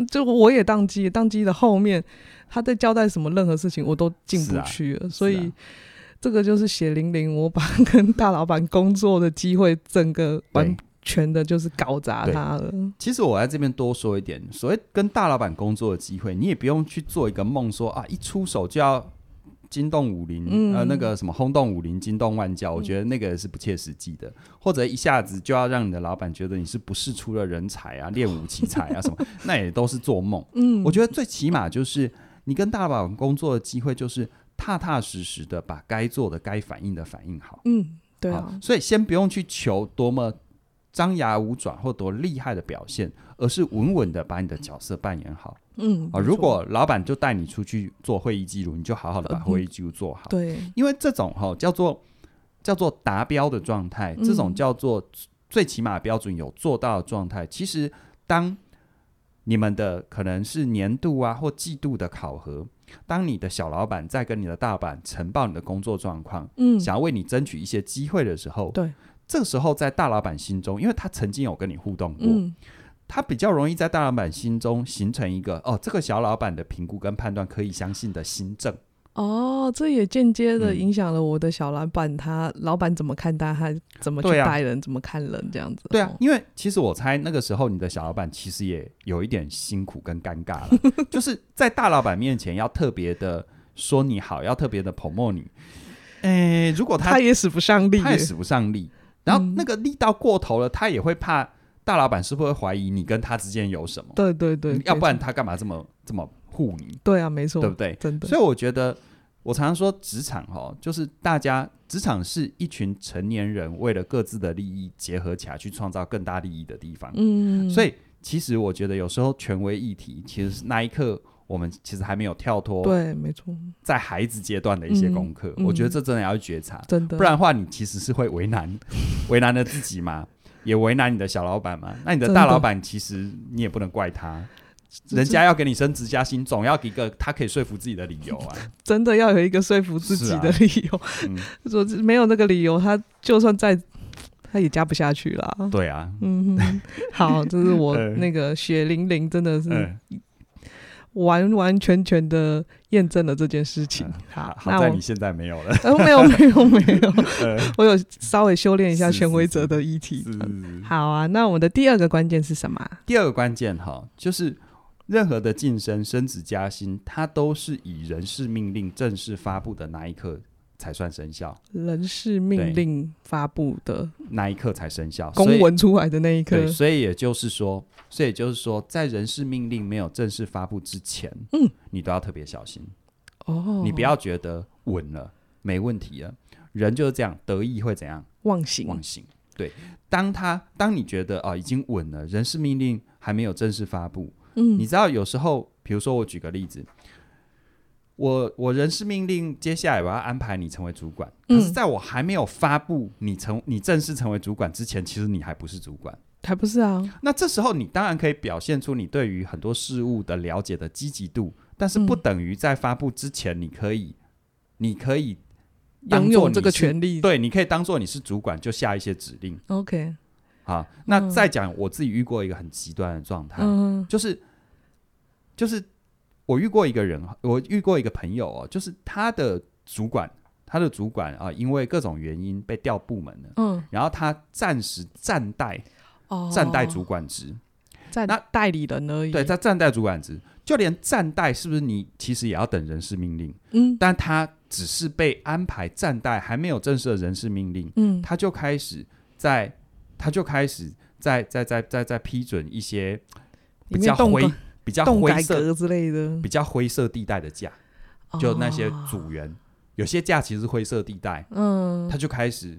[SPEAKER 2] 是就我也宕机，宕机的后面他在交代什么任何事情我都进不去
[SPEAKER 1] 啊
[SPEAKER 2] 了，所以。这个就是血淋淋，我把跟大老板工作的机会整个完
[SPEAKER 1] 对
[SPEAKER 2] 全的就是搞砸他了。
[SPEAKER 1] 其实我在这边多说一点，所谓跟大老板工作的机会，你也不用去做一个梦说啊，一出手就要惊动武林，
[SPEAKER 2] 嗯
[SPEAKER 1] 呃，那个什么轰动武林，惊动万教，我觉得那个是不切实际的。或者一下子就要让你的老板觉得你是不世出的人才啊，练武奇才啊 什么，那也都是做梦。
[SPEAKER 2] 嗯，
[SPEAKER 1] 我觉得最起码就是你跟大老板工作的机会，就是踏踏实实的把该做的、该反应的反应好。
[SPEAKER 2] 嗯，对
[SPEAKER 1] 好
[SPEAKER 2] 啊，
[SPEAKER 1] 所以先不用去求多么张牙舞爪或多厉害的表现，而是稳稳的把你的角色扮演好
[SPEAKER 2] 嗯
[SPEAKER 1] 啊。
[SPEAKER 2] 没错
[SPEAKER 1] 如果老板就带你出去做会议记录，你就好好
[SPEAKER 2] 嗯
[SPEAKER 1] 的把会议记录做好，
[SPEAKER 2] 对
[SPEAKER 1] 因为这种哈、叫做叫做达标的状态，
[SPEAKER 2] 嗯
[SPEAKER 1] 这种叫做最起码标准有做到的状态，其实当。你们的可能是年度啊或季度的考核，当你的小老板在跟你的大老板呈报你的工作状况，
[SPEAKER 2] 嗯，
[SPEAKER 1] 想要为你争取一些机会的时候，
[SPEAKER 2] 对，
[SPEAKER 1] 这个时候在大老板心中，因为他曾经有跟你互动过，
[SPEAKER 2] 嗯
[SPEAKER 1] 他比较容易在大老板心中形成一个哦，这个小老板的评估跟判断可以相信的新政。
[SPEAKER 2] 哦，这也间接的
[SPEAKER 1] 嗯
[SPEAKER 2] 影响了我的小老板他，老板怎么看待他，怎么去
[SPEAKER 1] 对啊
[SPEAKER 2] 待人，怎么看人这样子。
[SPEAKER 1] 对啊
[SPEAKER 2] 哦，
[SPEAKER 1] 因为其实我猜那个时候你的小老板其实也有一点辛苦跟尴尬 了，就是在大老板面前要特别的说你好，要特别的 promote 你。诶，如果
[SPEAKER 2] 他也使不上力耶，
[SPEAKER 1] 他也使不上力，然后
[SPEAKER 2] 嗯
[SPEAKER 1] 那个力道过头了，他也会怕大老板是不是会怀疑你跟他之间有什么。
[SPEAKER 2] 对对对
[SPEAKER 1] 嗯，要不然
[SPEAKER 2] 没错
[SPEAKER 1] 他干嘛这么这么护你，
[SPEAKER 2] 对啊，没错，
[SPEAKER 1] 对不对？
[SPEAKER 2] 真的，
[SPEAKER 1] 所以我觉得，我常常说职场哈，就是大家职场是一群成年人为了各自的利益结合起来去创造更大利益的地方。
[SPEAKER 2] 嗯，
[SPEAKER 1] 所
[SPEAKER 2] 以
[SPEAKER 1] 以其实我觉得有时候权威议题，其实是那一刻我们其实还没有跳脱
[SPEAKER 2] 对，没错，
[SPEAKER 1] 在孩子阶段的一些功课，
[SPEAKER 2] 嗯
[SPEAKER 1] 我觉得这真的要去觉察，
[SPEAKER 2] 真的，
[SPEAKER 1] 不然的话你其实是会为 难为难了自己嘛。也为难你的小老板嘛？那你的
[SPEAKER 2] 真
[SPEAKER 1] 大
[SPEAKER 2] 的
[SPEAKER 1] 老板其实你也不能怪他，
[SPEAKER 2] 这
[SPEAKER 1] 人家要给你升职加薪，总要给一个他可以说服自己的理由啊。
[SPEAKER 2] 真的要有一个说服自己
[SPEAKER 1] 是啊
[SPEAKER 2] 的理由，
[SPEAKER 1] 嗯，
[SPEAKER 2] 说没有那个理由，他就算再他也加不下去啦。
[SPEAKER 1] 对啊，
[SPEAKER 2] 嗯哼，好，这是 我
[SPEAKER 1] 嗯
[SPEAKER 2] 那个血淋淋，真的是
[SPEAKER 1] 嗯，
[SPEAKER 2] 完完全全的验证了这件事情
[SPEAKER 1] 嗯。
[SPEAKER 2] 好，
[SPEAKER 1] 好
[SPEAKER 2] 那
[SPEAKER 1] 在
[SPEAKER 2] 我
[SPEAKER 1] 你现在没有 了。
[SPEAKER 2] 呃，没有没有没有，
[SPEAKER 1] 呃
[SPEAKER 2] 我有稍微修炼一下
[SPEAKER 1] 是
[SPEAKER 2] 权
[SPEAKER 1] 是
[SPEAKER 2] 威
[SPEAKER 1] 是
[SPEAKER 2] 者的议题
[SPEAKER 1] 是。是是
[SPEAKER 2] 好啊，那我们的第二个关键是什么啊？
[SPEAKER 1] 第二个关键哈，就是任何的晋升、升职、加薪，它都是以人事命令正式发布的那一刻才算生效，
[SPEAKER 2] 人事命令发布的
[SPEAKER 1] 那一刻才生效。所
[SPEAKER 2] 公
[SPEAKER 1] 以
[SPEAKER 2] 文出来的那一刻
[SPEAKER 1] 对，，所以也就是说，所以也就是说，在人事命令没有正式发布之前，
[SPEAKER 2] 嗯，
[SPEAKER 1] 你都要特别小心，
[SPEAKER 2] 哦，
[SPEAKER 1] 你不要觉得稳了，没问题了。人就是这样，得意会怎样？
[SPEAKER 2] 忘形，
[SPEAKER 1] 忘形。对，当他当你觉得啊、已经稳了，人事命令还没有正式发布，
[SPEAKER 2] 嗯，
[SPEAKER 1] 你知道有时候，比如说我举个例子，我我人事命令接下来我要安排你成为主管，可是
[SPEAKER 2] 嗯
[SPEAKER 1] 在我还没有发布你成你正式成为主管之前，其实你还不是主管。
[SPEAKER 2] 还不是啊，
[SPEAKER 1] 那这时候你当然可以表现出你对于很多事物的了解的积极度，但是不
[SPEAKER 2] 嗯
[SPEAKER 1] 等于在发布之前你可以，你可以当
[SPEAKER 2] 拥
[SPEAKER 1] 做
[SPEAKER 2] 有
[SPEAKER 1] 你
[SPEAKER 2] 这个
[SPEAKER 1] 是
[SPEAKER 2] 权利。
[SPEAKER 1] 对，你可以当做你是主管就下一些指令
[SPEAKER 2] OK，
[SPEAKER 1] 啊。那
[SPEAKER 2] 嗯
[SPEAKER 1] 再讲我自己遇过一个很极端的状态，
[SPEAKER 2] 嗯
[SPEAKER 1] 就是就是我遇过一个人，我遇过一个朋友哦，就是他的主管，他的主管啊，因为各种原因被调部门了，
[SPEAKER 2] 嗯，
[SPEAKER 1] 然后他暂时暂代
[SPEAKER 2] 哦，
[SPEAKER 1] 暂代主管职，
[SPEAKER 2] 在
[SPEAKER 1] 那
[SPEAKER 2] 代理人而已。
[SPEAKER 1] 对，他暂代主管职，就连暂代是不是你其实也要等人事命令，
[SPEAKER 2] 嗯
[SPEAKER 1] 但他只是被安排暂代，还没有正式的人事命令，
[SPEAKER 2] 嗯，
[SPEAKER 1] 他就开始在他就开始在在在在在批准一些比
[SPEAKER 2] 里
[SPEAKER 1] 较
[SPEAKER 2] 面动
[SPEAKER 1] 灰
[SPEAKER 2] 改
[SPEAKER 1] 比较
[SPEAKER 2] 动
[SPEAKER 1] 灰
[SPEAKER 2] 改
[SPEAKER 1] 色
[SPEAKER 2] 革之类的，哦
[SPEAKER 1] 比较灰色地带的假，就那些组员，有些假其实是灰色地带，
[SPEAKER 2] 嗯
[SPEAKER 1] 他就开始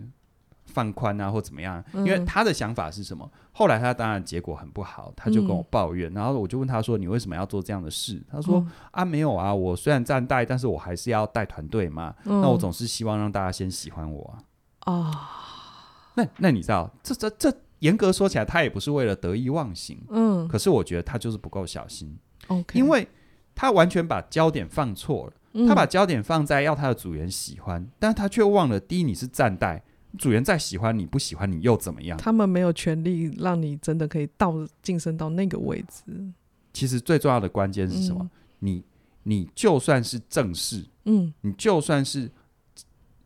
[SPEAKER 1] 放宽啊，或怎么样。因
[SPEAKER 2] 嗯
[SPEAKER 1] 为他的想法是什么？后来他当然结果很不好，他就跟我
[SPEAKER 2] 嗯
[SPEAKER 1] 抱怨，然后我就问他说：“你为什么要做这样的事？”他说：“
[SPEAKER 2] 嗯
[SPEAKER 1] 啊，没有啊，我虽然站带，但是我还是要带团队嘛。
[SPEAKER 2] 嗯
[SPEAKER 1] 那我总是希望让大家先喜欢我啊。
[SPEAKER 2] 啊，
[SPEAKER 1] 那那你知道，这这这严格说起来，他也不是为了得意忘形，
[SPEAKER 2] 嗯
[SPEAKER 1] 可是我觉得他就是不够小心，
[SPEAKER 2] ，OK，
[SPEAKER 1] 因为他完全把焦点放错了。”
[SPEAKER 2] 嗯
[SPEAKER 1] 他把焦点放在要他的组员喜欢，但他却忘了第一你是站代，组员再喜欢你不喜欢你又怎么样？
[SPEAKER 2] 他们没有权利让你真的可以到晋升到那个位置。
[SPEAKER 1] 其实最重要的关键是什么？
[SPEAKER 2] 嗯
[SPEAKER 1] 你你就算是正式，
[SPEAKER 2] 嗯，
[SPEAKER 1] 你就算是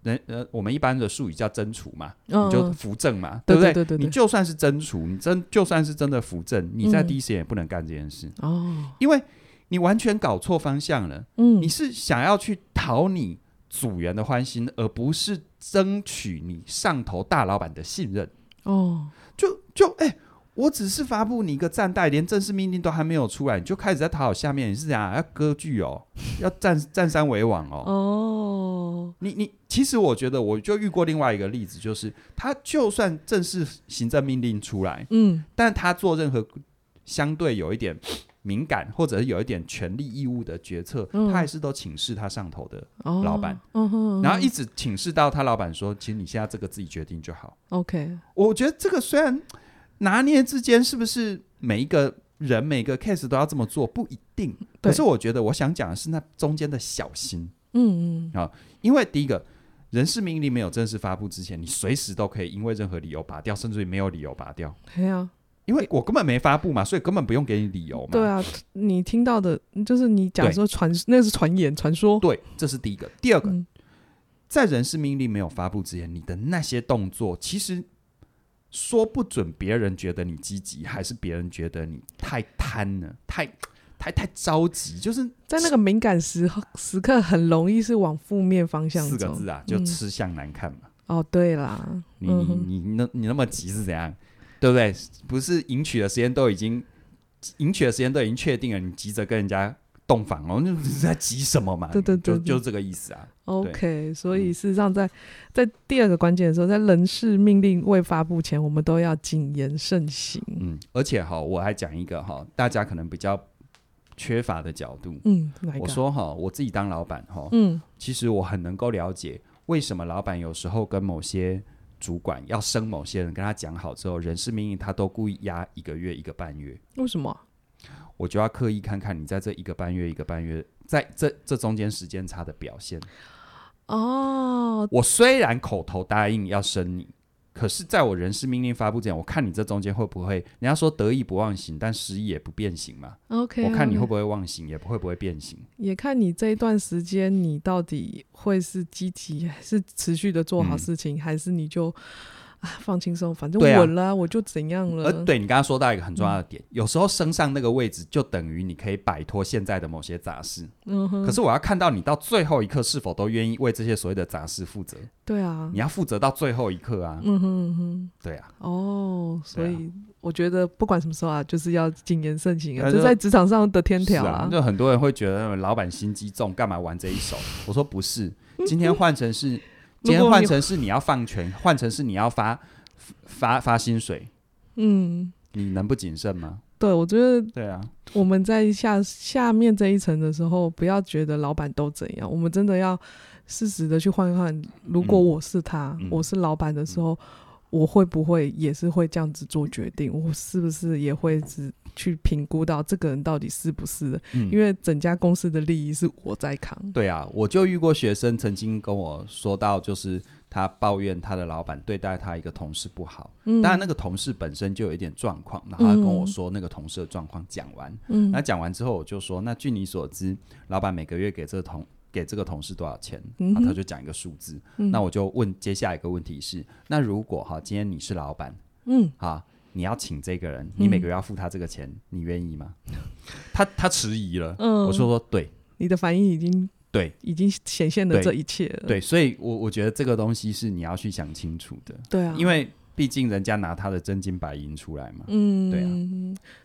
[SPEAKER 1] 人呃，我们一般的术语叫真除嘛，
[SPEAKER 2] 嗯
[SPEAKER 1] 你就扶正嘛，
[SPEAKER 2] 对
[SPEAKER 1] 不
[SPEAKER 2] 对对对对
[SPEAKER 1] 你就算是真除，你真就算是真的扶正，你在
[SPEAKER 2] 嗯
[SPEAKER 1] 第一时间也不能干这件事，
[SPEAKER 2] 哦，
[SPEAKER 1] 因为你完全搞错方向了。
[SPEAKER 2] 嗯
[SPEAKER 1] 你是想要去讨你组员的欢心，而不是争取你上头大老板的信任。
[SPEAKER 2] 哦，
[SPEAKER 1] 就就哎、我只是发布你一个站代，连正式命令都还没有出来，你就开始在讨好下面，你是想要割据 哦，要占占山为王哦。
[SPEAKER 2] 哦，
[SPEAKER 1] 你你其实我觉得我就遇过另外一个例子，就是他就算正式行政命令出来，
[SPEAKER 2] 嗯
[SPEAKER 1] 但他做任何相对有一点敏感或者是有一点权利义务的决策，
[SPEAKER 2] 嗯
[SPEAKER 1] 他还是都请示他上头的
[SPEAKER 2] 哦，
[SPEAKER 1] 老板，
[SPEAKER 2] 嗯哼，
[SPEAKER 1] 然后一直请示到他老板说：“其实你现在这个自己决定就好。
[SPEAKER 2] OK，”
[SPEAKER 1] 我觉得这个虽然拿捏之间是不是每一个人每个 case 都要这么做不一定，
[SPEAKER 2] 嗯对
[SPEAKER 1] 可是我觉得我想讲的是那中间的小心，
[SPEAKER 2] 嗯嗯
[SPEAKER 1] 因为第一个人事命令没有正式发布之前，你随时都可以因为任何理由拔掉，甚至于没有理由拔掉，
[SPEAKER 2] 嘿啊，
[SPEAKER 1] 因为我根本没发布嘛，所以根本不用给你理由嘛。
[SPEAKER 2] 对啊，你听到的，就是你讲
[SPEAKER 1] 对
[SPEAKER 2] 说传，那是传言传说，
[SPEAKER 1] 对，这是第一个。第二个，
[SPEAKER 2] 嗯
[SPEAKER 1] 在人事命令没有发布之前，你的那些动作，其实说不准别人觉得你积极，还是别人觉得你太贪了，太太太着急，就是
[SPEAKER 2] 在那个敏感时刻时刻，很容易是往负面方向走。
[SPEAKER 1] 四个字啊，就
[SPEAKER 2] 嗯
[SPEAKER 1] 吃相难看嘛。
[SPEAKER 2] 哦，对啦，
[SPEAKER 1] 你
[SPEAKER 2] 嗯
[SPEAKER 1] 你
[SPEAKER 2] 哼
[SPEAKER 1] 你你那你那么急是怎样？对不对？不是迎娶的时间都已经迎娶的时间都已经确定了，你急着跟人家洞房哦，那你在急什么嘛？
[SPEAKER 2] 对对对
[SPEAKER 1] 就就这个意思啊。
[SPEAKER 2] OK，所以
[SPEAKER 1] 嗯
[SPEAKER 2] 事实上在，在第二个关键的时候，在人事命令未发布前，我们都要谨言慎行。
[SPEAKER 1] 嗯，而且哈，我还讲一个哈，大家可能比较缺乏的角度。
[SPEAKER 2] 嗯，哪一个？
[SPEAKER 1] 我，说哈，我自己当老板哈，
[SPEAKER 2] 嗯
[SPEAKER 1] 其实我很能够了解为什么老板有时候跟某些主管要升某些人，跟他讲好之后，人事命令他都故意压一个月、一个半月。
[SPEAKER 2] 为什么？
[SPEAKER 1] 我就要刻意看看你在这一个半月、一个半月，在这这中间时间差的表现。
[SPEAKER 2] 哦，
[SPEAKER 1] 我虽然口头答应要升你，可是在我人事命令发布之前，我看你这中间会不会，人家说得意不忘形，但失意也不变形嘛。
[SPEAKER 2] OK，
[SPEAKER 1] 我看你
[SPEAKER 2] OK
[SPEAKER 1] 会不会忘形，也不会不会变形。
[SPEAKER 2] 也看你这一段时间你到底会是积极，还是持续的做好
[SPEAKER 1] 嗯
[SPEAKER 2] 事情，还是你就啊，放轻松，反正
[SPEAKER 1] 对啊
[SPEAKER 2] 稳了、我就怎样
[SPEAKER 1] 而
[SPEAKER 2] 了。
[SPEAKER 1] 对你刚刚说到一个很重要的点，有时候升上那个位置，就等于你可以摆脱现在的某些杂事。
[SPEAKER 2] 嗯哼，
[SPEAKER 1] 可是我要看到你到最后一刻是否都愿意为这些所谓的杂事负责，
[SPEAKER 2] 对啊，
[SPEAKER 1] 你要负责到最后一刻啊。
[SPEAKER 2] 嗯哼嗯哼，
[SPEAKER 1] 对啊，
[SPEAKER 2] 哦，所
[SPEAKER 1] 对啊
[SPEAKER 2] 以我觉得不管什么时候啊，就是要谨言慎行啊，
[SPEAKER 1] 对啊
[SPEAKER 2] 这
[SPEAKER 1] 就
[SPEAKER 2] 在职场上的天条
[SPEAKER 1] 是啊，就很多人会觉得老板心机重，干嘛玩这一手？我说不是，今天换成是，今天换成是你要放权，换成是你要发发发薪水，
[SPEAKER 2] 嗯，
[SPEAKER 1] 你能不谨慎吗？
[SPEAKER 2] 对，我觉得
[SPEAKER 1] 对啊，
[SPEAKER 2] 我们在下下面这一层的时候，不要觉得老板都怎样，我们真的要适时的去换一换。如果
[SPEAKER 1] 嗯
[SPEAKER 2] 我是他，
[SPEAKER 1] 嗯
[SPEAKER 2] 我是老板的时候，我会不会也是会这样子做决定？我是不是也会只去评估到这个人到底是不是的？
[SPEAKER 1] 嗯
[SPEAKER 2] 因为整家公司的利益是我在扛。
[SPEAKER 1] 对啊，我就遇过学生曾经跟我说到，就是他抱怨他的老板对待他一个同事不好，
[SPEAKER 2] 嗯，
[SPEAKER 1] 当然那个同事本身就有一点状况，然后他跟我说那个同事的状况讲完，
[SPEAKER 2] 嗯
[SPEAKER 1] 那讲完之后我就说，那据你所知，老板每个月给这个同给这个同事多少钱？
[SPEAKER 2] 嗯
[SPEAKER 1] 啊
[SPEAKER 2] 哼
[SPEAKER 1] 他就讲一个数字，
[SPEAKER 2] 嗯
[SPEAKER 1] 那我就问接下来一个问题是，那如果哈今天你是老板
[SPEAKER 2] 嗯，
[SPEAKER 1] 啊，你要请这个人，你每个月要付他这个钱，你愿意吗？ 他他迟疑了，
[SPEAKER 2] 嗯
[SPEAKER 1] 我说说对
[SPEAKER 2] 你的反应已经
[SPEAKER 1] 对
[SPEAKER 2] 已经显现了
[SPEAKER 1] 对
[SPEAKER 2] 这一切了。
[SPEAKER 1] 对，所以我我觉得这个东西是你要去想清楚的，
[SPEAKER 2] 对啊，
[SPEAKER 1] 因为毕竟人家拿他的真金白银出来嘛，
[SPEAKER 2] 嗯，
[SPEAKER 1] 对啊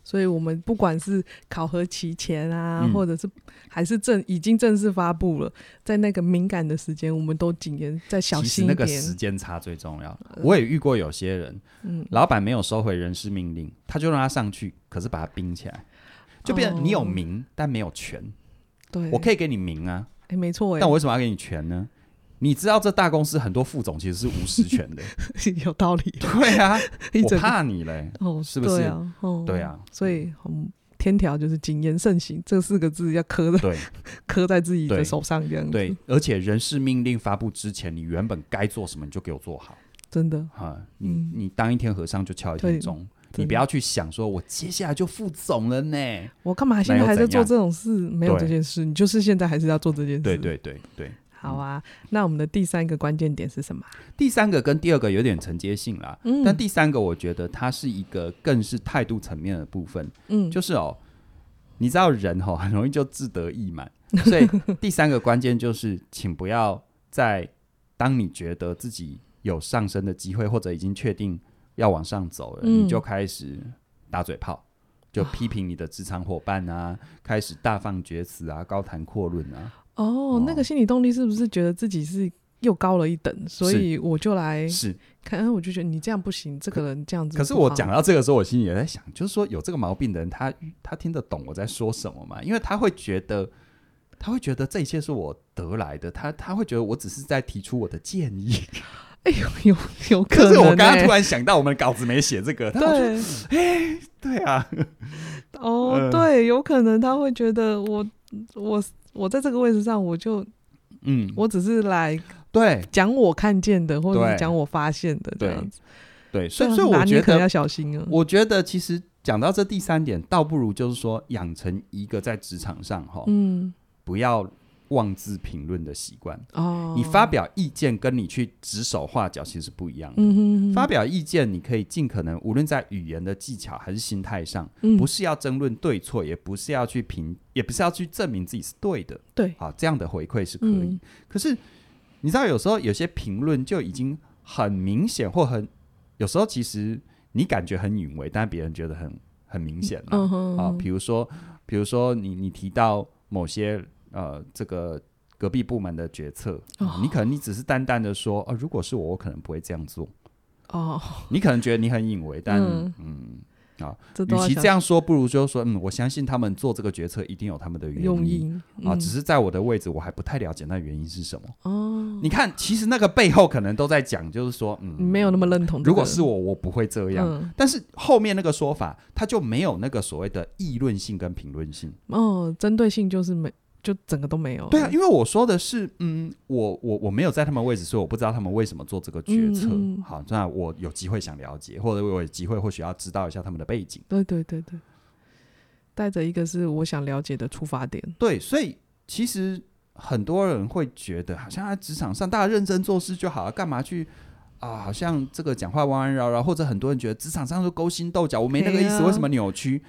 [SPEAKER 2] 所以我们不管是考核期前啊，
[SPEAKER 1] 嗯
[SPEAKER 2] 或者是还是正已经正式发布了，在那个敏感的时间，我们都谨言再小
[SPEAKER 1] 其实
[SPEAKER 2] 心
[SPEAKER 1] 那
[SPEAKER 2] 一
[SPEAKER 1] 个
[SPEAKER 2] 点。
[SPEAKER 1] 时间差最重要。我也遇过有些人，
[SPEAKER 2] 嗯
[SPEAKER 1] 老板没有收回人事命令，他就让他上去，可是把他冰起来，就变
[SPEAKER 2] 哦
[SPEAKER 1] 成你有名、但没有权。
[SPEAKER 2] 对，
[SPEAKER 1] 我可以给你名啊，
[SPEAKER 2] 哎、没错哎、
[SPEAKER 1] 但我为什么要给你权呢？你知道这大公司很多副总其实是无实权 的，
[SPEAKER 2] 有道理，
[SPEAKER 1] 对 啊，
[SPEAKER 2] 一
[SPEAKER 1] 我
[SPEAKER 2] 整
[SPEAKER 1] 怕你嘞。
[SPEAKER 2] 哦，
[SPEAKER 1] 是不是
[SPEAKER 2] 对啊，哦，
[SPEAKER 1] 对啊
[SPEAKER 2] 所以嗯。天条就是谨言慎行这四个字要刻在
[SPEAKER 1] 对
[SPEAKER 2] 刻在自己的
[SPEAKER 1] 对
[SPEAKER 2] 手上，这样子，
[SPEAKER 1] 对，而且人事命令发布之前，你原本该做什么你就给我做好
[SPEAKER 2] 真的，
[SPEAKER 1] 哈。你、
[SPEAKER 2] 嗯
[SPEAKER 1] 你当一天和尚就敲一天
[SPEAKER 2] 对嗯
[SPEAKER 1] 钟，
[SPEAKER 2] 真
[SPEAKER 1] 你
[SPEAKER 2] 的
[SPEAKER 1] 不要去想说我接下来就副总了呢。
[SPEAKER 2] 我干嘛现在还在做这种事？没有
[SPEAKER 1] 对
[SPEAKER 2] 这件事，你就是现在还是要做这件事。
[SPEAKER 1] 对，对对对，
[SPEAKER 2] 好啊。那我们的第三个关键点是什么啊？
[SPEAKER 1] 第三个跟第二个有点承接性啦，
[SPEAKER 2] 嗯
[SPEAKER 1] 但第三个我觉得它是一个更是态度层面的部分，
[SPEAKER 2] 嗯，
[SPEAKER 1] 就是哦，你知道人哦 很容易就自得意满，所以第三个关键就是，请不要在当你觉得自己有上升的机会或者已经确定要往上走了，
[SPEAKER 2] 嗯
[SPEAKER 1] 你就开始打嘴炮。就批评你的职场伙伴啊，开始大放厥词啊，高谈阔论啊，
[SPEAKER 2] 哦，那
[SPEAKER 1] 哦
[SPEAKER 2] 个心理动力是不是觉得自己是又高了一等，所以我就来
[SPEAKER 1] 是。
[SPEAKER 2] 看，哎我就觉得你这样不行，这个人这样子不好。
[SPEAKER 1] 可是我讲到这个时候，我心里也在想，就是说有这个毛病的人，他他听得懂我在说什么吗？因为他会觉得，他会觉得这一切是我得来的，他他会觉得我只是在提出我的建议。
[SPEAKER 2] 有有
[SPEAKER 1] 可
[SPEAKER 2] 能、欸，
[SPEAKER 1] 是我刚刚突然想到，我们稿子没写这个，他就嗯
[SPEAKER 2] 对
[SPEAKER 1] 对 啊，
[SPEAKER 2] 哦、
[SPEAKER 1] 嗯
[SPEAKER 2] 对，有可能他会觉得我我我在这个位置上，我就
[SPEAKER 1] 嗯，
[SPEAKER 2] 我只是来
[SPEAKER 1] 对
[SPEAKER 2] 讲我看见的，或者是
[SPEAKER 1] 对
[SPEAKER 2] 讲我发现的这
[SPEAKER 1] 对
[SPEAKER 2] 样子。
[SPEAKER 1] 对，所以
[SPEAKER 2] 这样
[SPEAKER 1] 所以
[SPEAKER 2] 拿
[SPEAKER 1] 我
[SPEAKER 2] 捏
[SPEAKER 1] 觉
[SPEAKER 2] 啊可能要
[SPEAKER 1] 得，
[SPEAKER 2] 小心啊。
[SPEAKER 1] 我觉得其实讲到这第三点，倒不如就是说养成一个在职场上哈，
[SPEAKER 2] 嗯
[SPEAKER 1] 不要妄自评论的习惯。
[SPEAKER 2] 哦，
[SPEAKER 1] 你发表意见跟你去指手画脚其实不一样的。
[SPEAKER 2] 嗯哼哼
[SPEAKER 1] 发表意见，你可以尽可能，无论在语言的技巧还是心态上，
[SPEAKER 2] 嗯
[SPEAKER 1] 不是要争论对错，也不是要去评，也不是要去证明自己是对的。
[SPEAKER 2] 对
[SPEAKER 1] 好，这样的回馈是可以。
[SPEAKER 2] 嗯
[SPEAKER 1] 可是你知道，有时候有些评论就已经很明显，或很有时候其实你感觉很隐微，但别人觉得很很明显嘛。
[SPEAKER 2] 嗯哼
[SPEAKER 1] 啊，
[SPEAKER 2] 哼
[SPEAKER 1] 比如说，比如说你你提到某些呃这个隔壁部门的决策，
[SPEAKER 2] 哦
[SPEAKER 1] 啊你可能你只是淡淡的说，哦、如果是我，我可能不会这样做。
[SPEAKER 2] 哦，
[SPEAKER 1] 你可能觉得你很隐微，但
[SPEAKER 2] 嗯
[SPEAKER 1] 嗯，
[SPEAKER 2] 这都
[SPEAKER 1] 与
[SPEAKER 2] 要
[SPEAKER 1] 其
[SPEAKER 2] 小
[SPEAKER 1] 这样说，不如就说，嗯，我相信他们做这个决策一定有他们的原
[SPEAKER 2] 用
[SPEAKER 1] 因
[SPEAKER 2] 意
[SPEAKER 1] 啊，
[SPEAKER 2] 嗯
[SPEAKER 1] 只是在我的位置，我还不太了解那原因是什么。
[SPEAKER 2] 哦，
[SPEAKER 1] 你看，其实那个背后可能都在讲，就是说，嗯，
[SPEAKER 2] 没有那么认同这个。
[SPEAKER 1] 如果是我，我不会这样。
[SPEAKER 2] 嗯，
[SPEAKER 1] 但是后面那个说法，它就没有那个所谓的议论性跟评论性。
[SPEAKER 2] 哦，针对性就是没，就整个都没有。
[SPEAKER 1] 对啊，因为我说的是，嗯，我我我没有在他们位置，所以我不知道他们为什么做这个决策。
[SPEAKER 2] 嗯嗯
[SPEAKER 1] 好，那我有机会想了解，或者我有机会或许要知道一下他们的背景。
[SPEAKER 2] 对对对对，带着一个是我想了解的出发点。
[SPEAKER 1] 对，所以其实很多人会觉得，好像在职场上大家认真做事就好了，干嘛去啊，好像这个讲话弯弯绕绕，或者很多人觉得职场上都勾心斗角，我没那个意思，
[SPEAKER 2] 对啊
[SPEAKER 1] 为什么扭曲？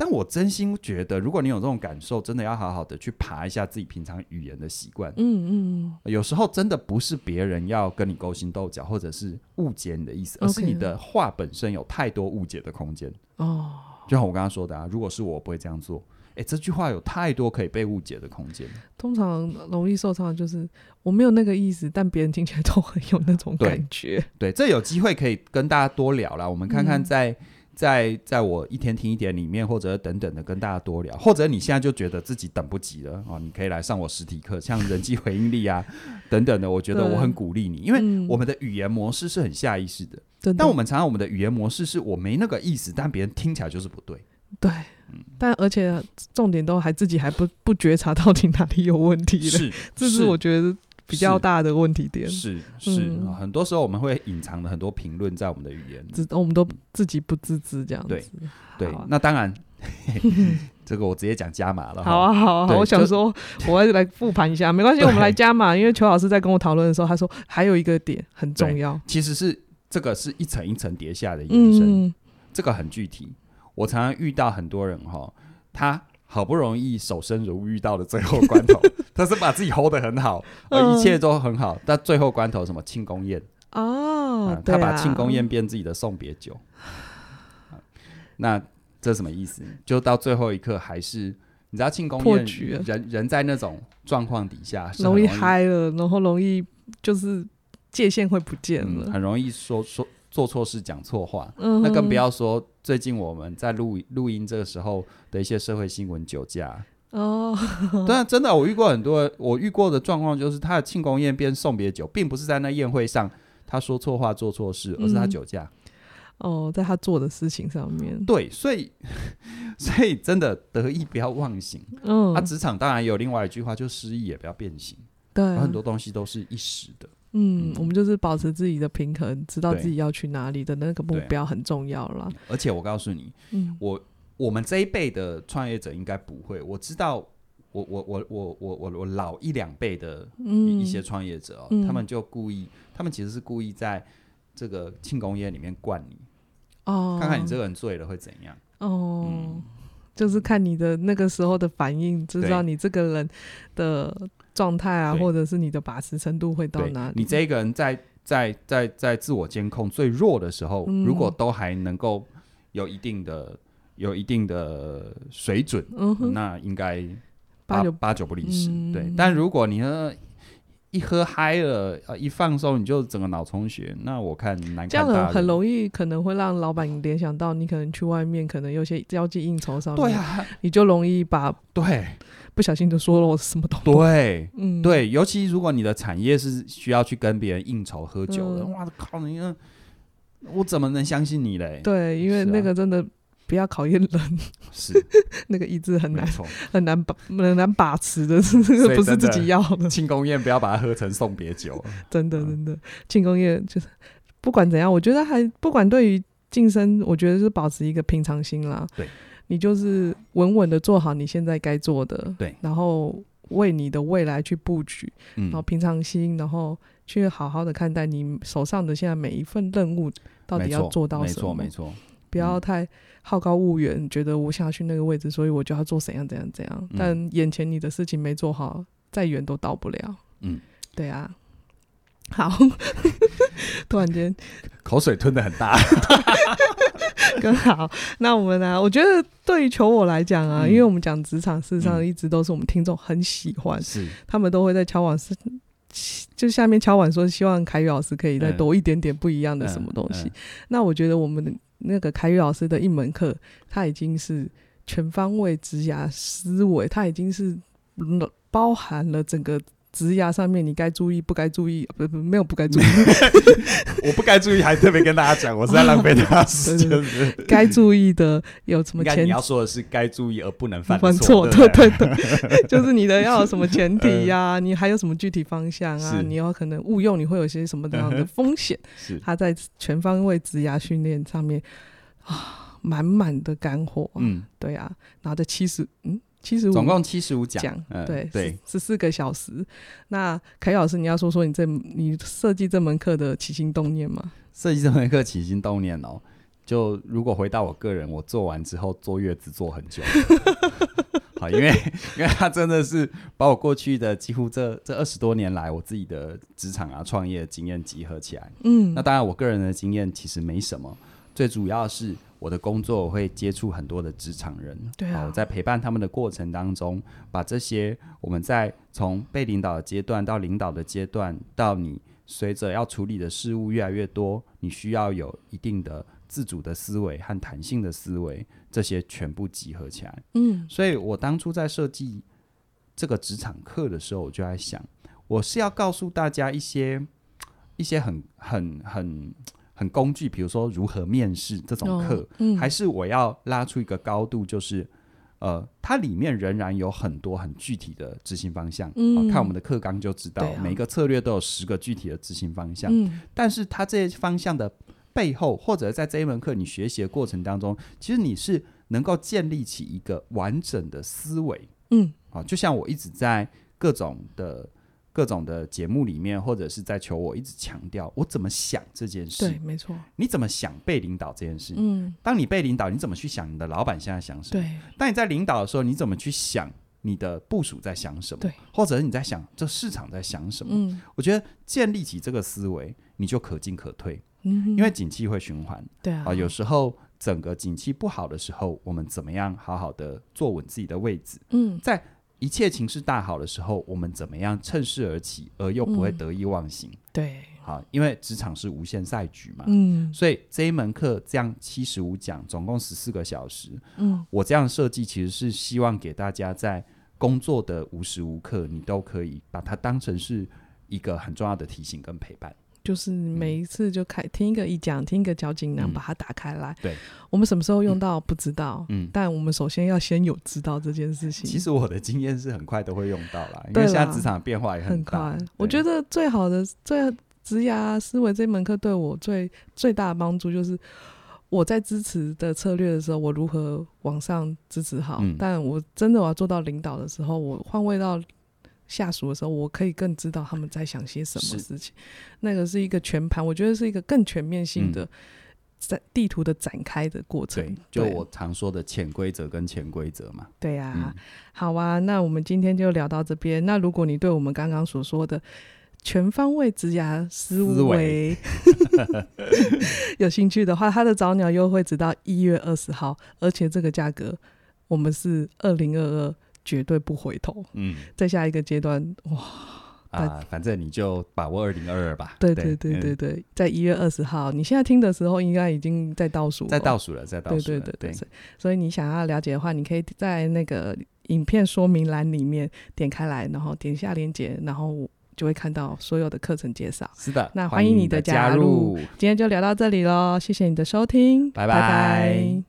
[SPEAKER 1] 但我真心觉得，如果你有这种感受，真的要好好的去爬一下自己平常语言的习惯。呃
[SPEAKER 2] 嗯嗯
[SPEAKER 1] 有时候真的不是别人要跟你勾心斗角，或者是误解你的意思，而
[SPEAKER 2] OK
[SPEAKER 1] 是你的话本身有太多误解的空间。
[SPEAKER 2] 嗯，哦，
[SPEAKER 1] 就像我刚刚说的啊，如果是我，我不会这样做。诶，这句话有太多可以被误解的空间。
[SPEAKER 2] 通常容易受伤的就是我没有那个意思，但别人听起来都很有那种
[SPEAKER 1] 对
[SPEAKER 2] 感觉。
[SPEAKER 1] 对，这有机会可以跟大家多聊啦。我们看看
[SPEAKER 2] 嗯
[SPEAKER 1] 在、在在我一天听一点里面，或者等等的跟大家多聊，或者你现在就觉得自己等不及了哦，你可以来上我实体课，像人际回应力 啊等等的，我觉得
[SPEAKER 2] 对
[SPEAKER 1] 我很鼓励你，因为
[SPEAKER 2] 嗯
[SPEAKER 1] 我们的语言模式是很下意识的，
[SPEAKER 2] 真的，
[SPEAKER 1] 但我们常常我们的语言模式是我没那个意思，但别人听起来就是不对。
[SPEAKER 2] 对，但而且重点都还自己还不不觉察到底哪里有问题了，
[SPEAKER 1] 是，
[SPEAKER 2] 这是我觉得比较大的问题点。
[SPEAKER 1] 是是、
[SPEAKER 2] 嗯
[SPEAKER 1] 啊很多时候我们会隐藏了很多评论在我们的语言里。
[SPEAKER 2] 只我们都自己不自知这样子。
[SPEAKER 1] 对对，
[SPEAKER 2] 好啊
[SPEAKER 1] 那当 然，这个我直接讲加码了哈。
[SPEAKER 2] 好啊，好啊，好
[SPEAKER 1] 对
[SPEAKER 2] 啊，我想
[SPEAKER 1] 就
[SPEAKER 2] 说，我要来复盘 一下，没关系，
[SPEAKER 1] 对
[SPEAKER 2] 我们来加码。因为邱老师在跟我讨论的时候，他说还有一个点很重要，
[SPEAKER 1] 其实是这个是一层一层叠下的延伸，
[SPEAKER 2] 嗯，
[SPEAKER 1] 这个很具体。我常常遇到很多人哈，他好不容易守身如玉到了最后关 头，他是把自己 hold 得很好，呃，
[SPEAKER 2] 嗯
[SPEAKER 1] 一切都很好，但最后关头什么庆功宴，
[SPEAKER 2] 哦，
[SPEAKER 1] 他
[SPEAKER 2] 对
[SPEAKER 1] 把
[SPEAKER 2] 啊
[SPEAKER 1] 庆功宴变自己的送别酒，啊那这什么意思？就到最后一刻还是。你知道庆功
[SPEAKER 2] 破
[SPEAKER 1] 宴
[SPEAKER 2] 局了
[SPEAKER 1] 人人在那种状况底下是很
[SPEAKER 2] 容
[SPEAKER 1] 易
[SPEAKER 2] 易嗨了，然后容易就是界限会不见
[SPEAKER 1] 嗯
[SPEAKER 2] 了，
[SPEAKER 1] 很容易说说做错事、讲错话，
[SPEAKER 2] 嗯，
[SPEAKER 1] 那更不要说最近我们在录录音这个时候的一些社会新闻酒驾。
[SPEAKER 2] 哦，
[SPEAKER 1] 但真的，我遇过很多，我遇过的状况就是他的庆功宴变送别酒，并不是在那宴会上他说错话、做错事，而是他
[SPEAKER 2] 嗯
[SPEAKER 1] 酒驾。
[SPEAKER 2] 哦，在他做的事情上面，
[SPEAKER 1] 对，所以 所以真的得意不要忘形。
[SPEAKER 2] 嗯，
[SPEAKER 1] 啊，职场当然也有另外一句话，就失意也不要变形。
[SPEAKER 2] 对
[SPEAKER 1] 有
[SPEAKER 2] 啊，
[SPEAKER 1] 很多东西都是一时的。
[SPEAKER 2] 嗯
[SPEAKER 1] 嗯，
[SPEAKER 2] 我们就是保持自己的平衡，知道
[SPEAKER 1] 对
[SPEAKER 2] 自己要去哪里的那个目
[SPEAKER 1] 对
[SPEAKER 2] 标很重要啦。
[SPEAKER 1] 而且我告诉你，
[SPEAKER 2] 嗯，
[SPEAKER 1] 我我们这一辈的创业者应该不会。我知道我，我我我我我我老一两辈的一
[SPEAKER 2] 嗯
[SPEAKER 1] 一些创业者哦，
[SPEAKER 2] 嗯
[SPEAKER 1] 他们就故意，他们其实是故意在这个庆功宴里面灌你，
[SPEAKER 2] 哦，
[SPEAKER 1] 看看你这个人醉了会怎样。
[SPEAKER 2] 哦。
[SPEAKER 1] 嗯
[SPEAKER 2] 就是看你的那个时候的反应，就知道你这个人的状态啊，
[SPEAKER 1] 对
[SPEAKER 2] 或者是你的把持程度会到
[SPEAKER 1] 对
[SPEAKER 2] 哪里。，
[SPEAKER 1] 你这一个人在在在在自我监控最弱的时候，
[SPEAKER 2] 嗯
[SPEAKER 1] 如果都还能够有一定的有一定的水准，
[SPEAKER 2] 嗯哼，
[SPEAKER 1] 那应该
[SPEAKER 2] 八
[SPEAKER 1] 八
[SPEAKER 2] 九
[SPEAKER 1] 八九不离十。
[SPEAKER 2] 嗯
[SPEAKER 1] 对，但如果你呢一喝嗨了，呃，一放松你就整个脑充血，那我看难看
[SPEAKER 2] 这样
[SPEAKER 1] 大
[SPEAKER 2] 很
[SPEAKER 1] 人
[SPEAKER 2] 很容易可能会让老板联想到你可能去外面，可能有些交际应酬上面，
[SPEAKER 1] 对啊，
[SPEAKER 2] 你就容易把
[SPEAKER 1] 对
[SPEAKER 2] 不小心就说了什么东西。
[SPEAKER 1] 对。啊
[SPEAKER 2] 嗯，
[SPEAKER 1] 对，尤其如果你的产业是需要去跟别人应酬喝酒的，
[SPEAKER 2] 嗯
[SPEAKER 1] 哇靠你！那我怎么能相信你嘞？
[SPEAKER 2] 对，因为
[SPEAKER 1] 是啊
[SPEAKER 2] 那个真的不要考验人，
[SPEAKER 1] 是
[SPEAKER 2] 那个意志很
[SPEAKER 1] 没
[SPEAKER 2] 难
[SPEAKER 1] 错。
[SPEAKER 2] 很难把很难把持的， 这
[SPEAKER 1] 所以
[SPEAKER 2] 个不是
[SPEAKER 1] 真的
[SPEAKER 2] 自己要的，
[SPEAKER 1] 庆功宴不要把它喝成送别 酒。
[SPEAKER 2] 真的
[SPEAKER 1] 嗯
[SPEAKER 2] 真的。庆功宴就是不管怎样，我觉得还不管对于晋升，我觉得是保持一个平常心啦。
[SPEAKER 1] 对，
[SPEAKER 2] 你就是稳稳的做好你现在该做的，
[SPEAKER 1] 对
[SPEAKER 2] 然后为你的未来去布局，
[SPEAKER 1] 嗯
[SPEAKER 2] 然后，平常心，然后去好好的看待你手上的现在每一份任务到底
[SPEAKER 1] 没
[SPEAKER 2] 要
[SPEAKER 1] 错
[SPEAKER 2] 做到
[SPEAKER 1] 没
[SPEAKER 2] 什
[SPEAKER 1] 错嗯
[SPEAKER 2] 么，
[SPEAKER 1] 没错。
[SPEAKER 2] 不要太好高骛远，觉得我想要去那个位置，所以我就要做怎样怎样怎样。
[SPEAKER 1] 嗯
[SPEAKER 2] 但眼前你的事情没做好，再远都到不了。
[SPEAKER 1] 嗯，
[SPEAKER 2] 对啊。好， 突然间
[SPEAKER 1] 口水吞的很 大。
[SPEAKER 2] 更好。那我们呢、我觉得对于球我来讲啊，
[SPEAKER 1] 嗯
[SPEAKER 2] 因为我们讲职场，事实上
[SPEAKER 1] 嗯
[SPEAKER 2] 一直都是我们听众很喜欢，
[SPEAKER 1] 是，
[SPEAKER 2] 他们都会在敲碗是。就下面敲碗说，希望凯宇老师可以再
[SPEAKER 1] 嗯
[SPEAKER 2] 多一点点不一样的什么东西。那我觉得我们的那个凯宇老师的一门课，他已经是全方位职涯思维，他已经是嗯包含了整个职涯上面你该注意、不该注意，呃不不没有不该注意，
[SPEAKER 1] 嗯我不该注意，还特别跟大家讲，我是在浪费大家时间。
[SPEAKER 2] 对
[SPEAKER 1] 是 不是
[SPEAKER 2] 该注意的有什么
[SPEAKER 1] 应该
[SPEAKER 2] 前
[SPEAKER 1] 你要说的是该注意而不能犯
[SPEAKER 2] 犯
[SPEAKER 1] 错，
[SPEAKER 2] 对
[SPEAKER 1] 不对
[SPEAKER 2] 对对， 就是你的要有什么前 提呀、你还有什么具体方向啊？
[SPEAKER 1] 是
[SPEAKER 2] 你要可能误用，你会有些什么这样的 风险？
[SPEAKER 1] 是，
[SPEAKER 2] 他在全方位职涯训练上面啊，满满的干货啊、
[SPEAKER 1] 嗯，
[SPEAKER 2] 对啊，然后在七十嗯七十五
[SPEAKER 1] 总共七十五奖
[SPEAKER 2] 讲，，
[SPEAKER 1] 嗯
[SPEAKER 2] 对
[SPEAKER 1] 对，，
[SPEAKER 2] 十四个小时。那凯宇老师，你要说说你这你设计这门课的起心动念吗？
[SPEAKER 1] 设计这门课起心动念哦，就如果回到我个人，我做完之后坐月子坐很久。好，因为因为他真的是把我过去的几乎这这二十多年来我自己的职场啊创业经验集合起来，
[SPEAKER 2] 嗯
[SPEAKER 1] 那当然，我个人的经验其实没什么，最主要是我的工作我会接触很多的职场人，
[SPEAKER 2] 对啊
[SPEAKER 1] 好我在陪伴他们的过程当中，把这些我们在从被领导的阶段到领导的阶段，到你随着要处理的事物越来越多，你需要有一定的自主的思维和弹性的思维，这些全部集合起来。
[SPEAKER 2] 嗯
[SPEAKER 1] 所以我当初在设计这个职场课的时候，我就在想，我是要告诉大家一些一些很很很很工具，比如说如何面试这种课，
[SPEAKER 2] 哦嗯
[SPEAKER 1] 还是我要拉出一个高度，就是呃，它里面仍然有很多很具体的执行方向。
[SPEAKER 2] 嗯
[SPEAKER 1] 哦看我们的课纲就知道，
[SPEAKER 2] 对啊
[SPEAKER 1] 每个策略都有十个具体的执行方向。
[SPEAKER 2] 嗯
[SPEAKER 1] 但是它这些方向的背后，或者在这一门课你学习的过程当中，其实你是能够建立起一个完整的思维
[SPEAKER 2] 嗯
[SPEAKER 1] 啊。就像我一直在各种的各种的节目里面，或者是在求我一直强调我怎么想这件
[SPEAKER 2] 对，
[SPEAKER 1] 事，
[SPEAKER 2] 没错，
[SPEAKER 1] 你怎么想被领导这件事。
[SPEAKER 2] 嗯
[SPEAKER 1] 当你被领导，你怎么去想你的老板现在想什么？
[SPEAKER 2] 对，
[SPEAKER 1] 当你在领导的时候，你怎么去想你的部署在想什么？
[SPEAKER 2] 对，
[SPEAKER 1] 或者是你在想这市场在想什么？
[SPEAKER 2] 嗯
[SPEAKER 1] 我觉得建立起这个思维，你就可进可退。
[SPEAKER 2] 嗯，
[SPEAKER 1] 因为景气会循环
[SPEAKER 2] 对
[SPEAKER 1] 啊、
[SPEAKER 2] 啊，
[SPEAKER 1] 有时候整个景气不好的时候，我们怎么样好好的坐稳自己的位置？
[SPEAKER 2] 嗯
[SPEAKER 1] 一切情势大好的时候，我们怎么样趁势而起，而又不会
[SPEAKER 2] 嗯
[SPEAKER 1] 得意忘形？
[SPEAKER 2] 对，
[SPEAKER 1] 好、因为职场是无限赛局嘛。
[SPEAKER 2] 嗯
[SPEAKER 1] 所以这一门课这样七十五讲，总共十四个小时。
[SPEAKER 2] 嗯
[SPEAKER 1] 我这样设计其实是希望给大家在工作的无时无刻，你都可以把它当成是一个很重要的提醒跟陪伴。
[SPEAKER 2] 就是每一次就开听一个一讲，听一个交警，然后
[SPEAKER 1] 嗯
[SPEAKER 2] 把它打开来。
[SPEAKER 1] 对，
[SPEAKER 2] 我们什么时候用到不知道，
[SPEAKER 1] 嗯，
[SPEAKER 2] 但我们首先要先有知道这件事情。
[SPEAKER 1] 其实我的经验是很快都会用到啦，因
[SPEAKER 2] 对
[SPEAKER 1] 为
[SPEAKER 2] 啦
[SPEAKER 1] 现在职场变化也
[SPEAKER 2] 很
[SPEAKER 1] 大
[SPEAKER 2] 快。，我觉
[SPEAKER 1] 得
[SPEAKER 2] 得最好的最职涯思维这门课对我最最大的帮助就是。我在支持的策略的时候，我如何往上支持好？
[SPEAKER 1] 嗯
[SPEAKER 2] 但我真的我要做到领导的时候，我换位到下属的时候，我可以更知道他们在想些什么
[SPEAKER 1] 是
[SPEAKER 2] 事情。那个是一个全盘，我觉得是一个更全面性的在地图的展开的过程
[SPEAKER 1] 对。，就
[SPEAKER 2] 对
[SPEAKER 1] 我常说的潜规则跟潜规则嘛。
[SPEAKER 2] 对呀、
[SPEAKER 1] 嗯
[SPEAKER 2] 好啊，那我们今天就聊到这边。那如果你对我们刚刚所说的全方位职涯思维
[SPEAKER 1] 思维
[SPEAKER 2] 有兴趣的话，它的早鸟优惠直到一月二十号，而且这个价格我们是二零二二，绝对不回头。
[SPEAKER 1] 嗯
[SPEAKER 2] 在下一个阶段，哇，
[SPEAKER 1] 啊，反正你就把握二零二二吧。
[SPEAKER 2] 对对对
[SPEAKER 1] 嗯
[SPEAKER 2] 对对，在一月二十号，你现在听的时候应该已经在倒数了，
[SPEAKER 1] 在倒数了，在倒
[SPEAKER 2] 对
[SPEAKER 1] 数
[SPEAKER 2] 对
[SPEAKER 1] 了。
[SPEAKER 2] 对对，所以所以你想要了解的话，你可以在那个影片说明栏里面点开来，然后点一下链接，然后就会看到所有的课程介绍。
[SPEAKER 1] 是的。
[SPEAKER 2] 那欢
[SPEAKER 1] 欢
[SPEAKER 2] 迎你
[SPEAKER 1] 你
[SPEAKER 2] 的
[SPEAKER 1] 的
[SPEAKER 2] 加
[SPEAKER 1] 入，
[SPEAKER 2] 今天就聊到这里喽，谢谢你的收听，
[SPEAKER 1] 拜
[SPEAKER 2] 拜
[SPEAKER 1] 拜
[SPEAKER 2] 拜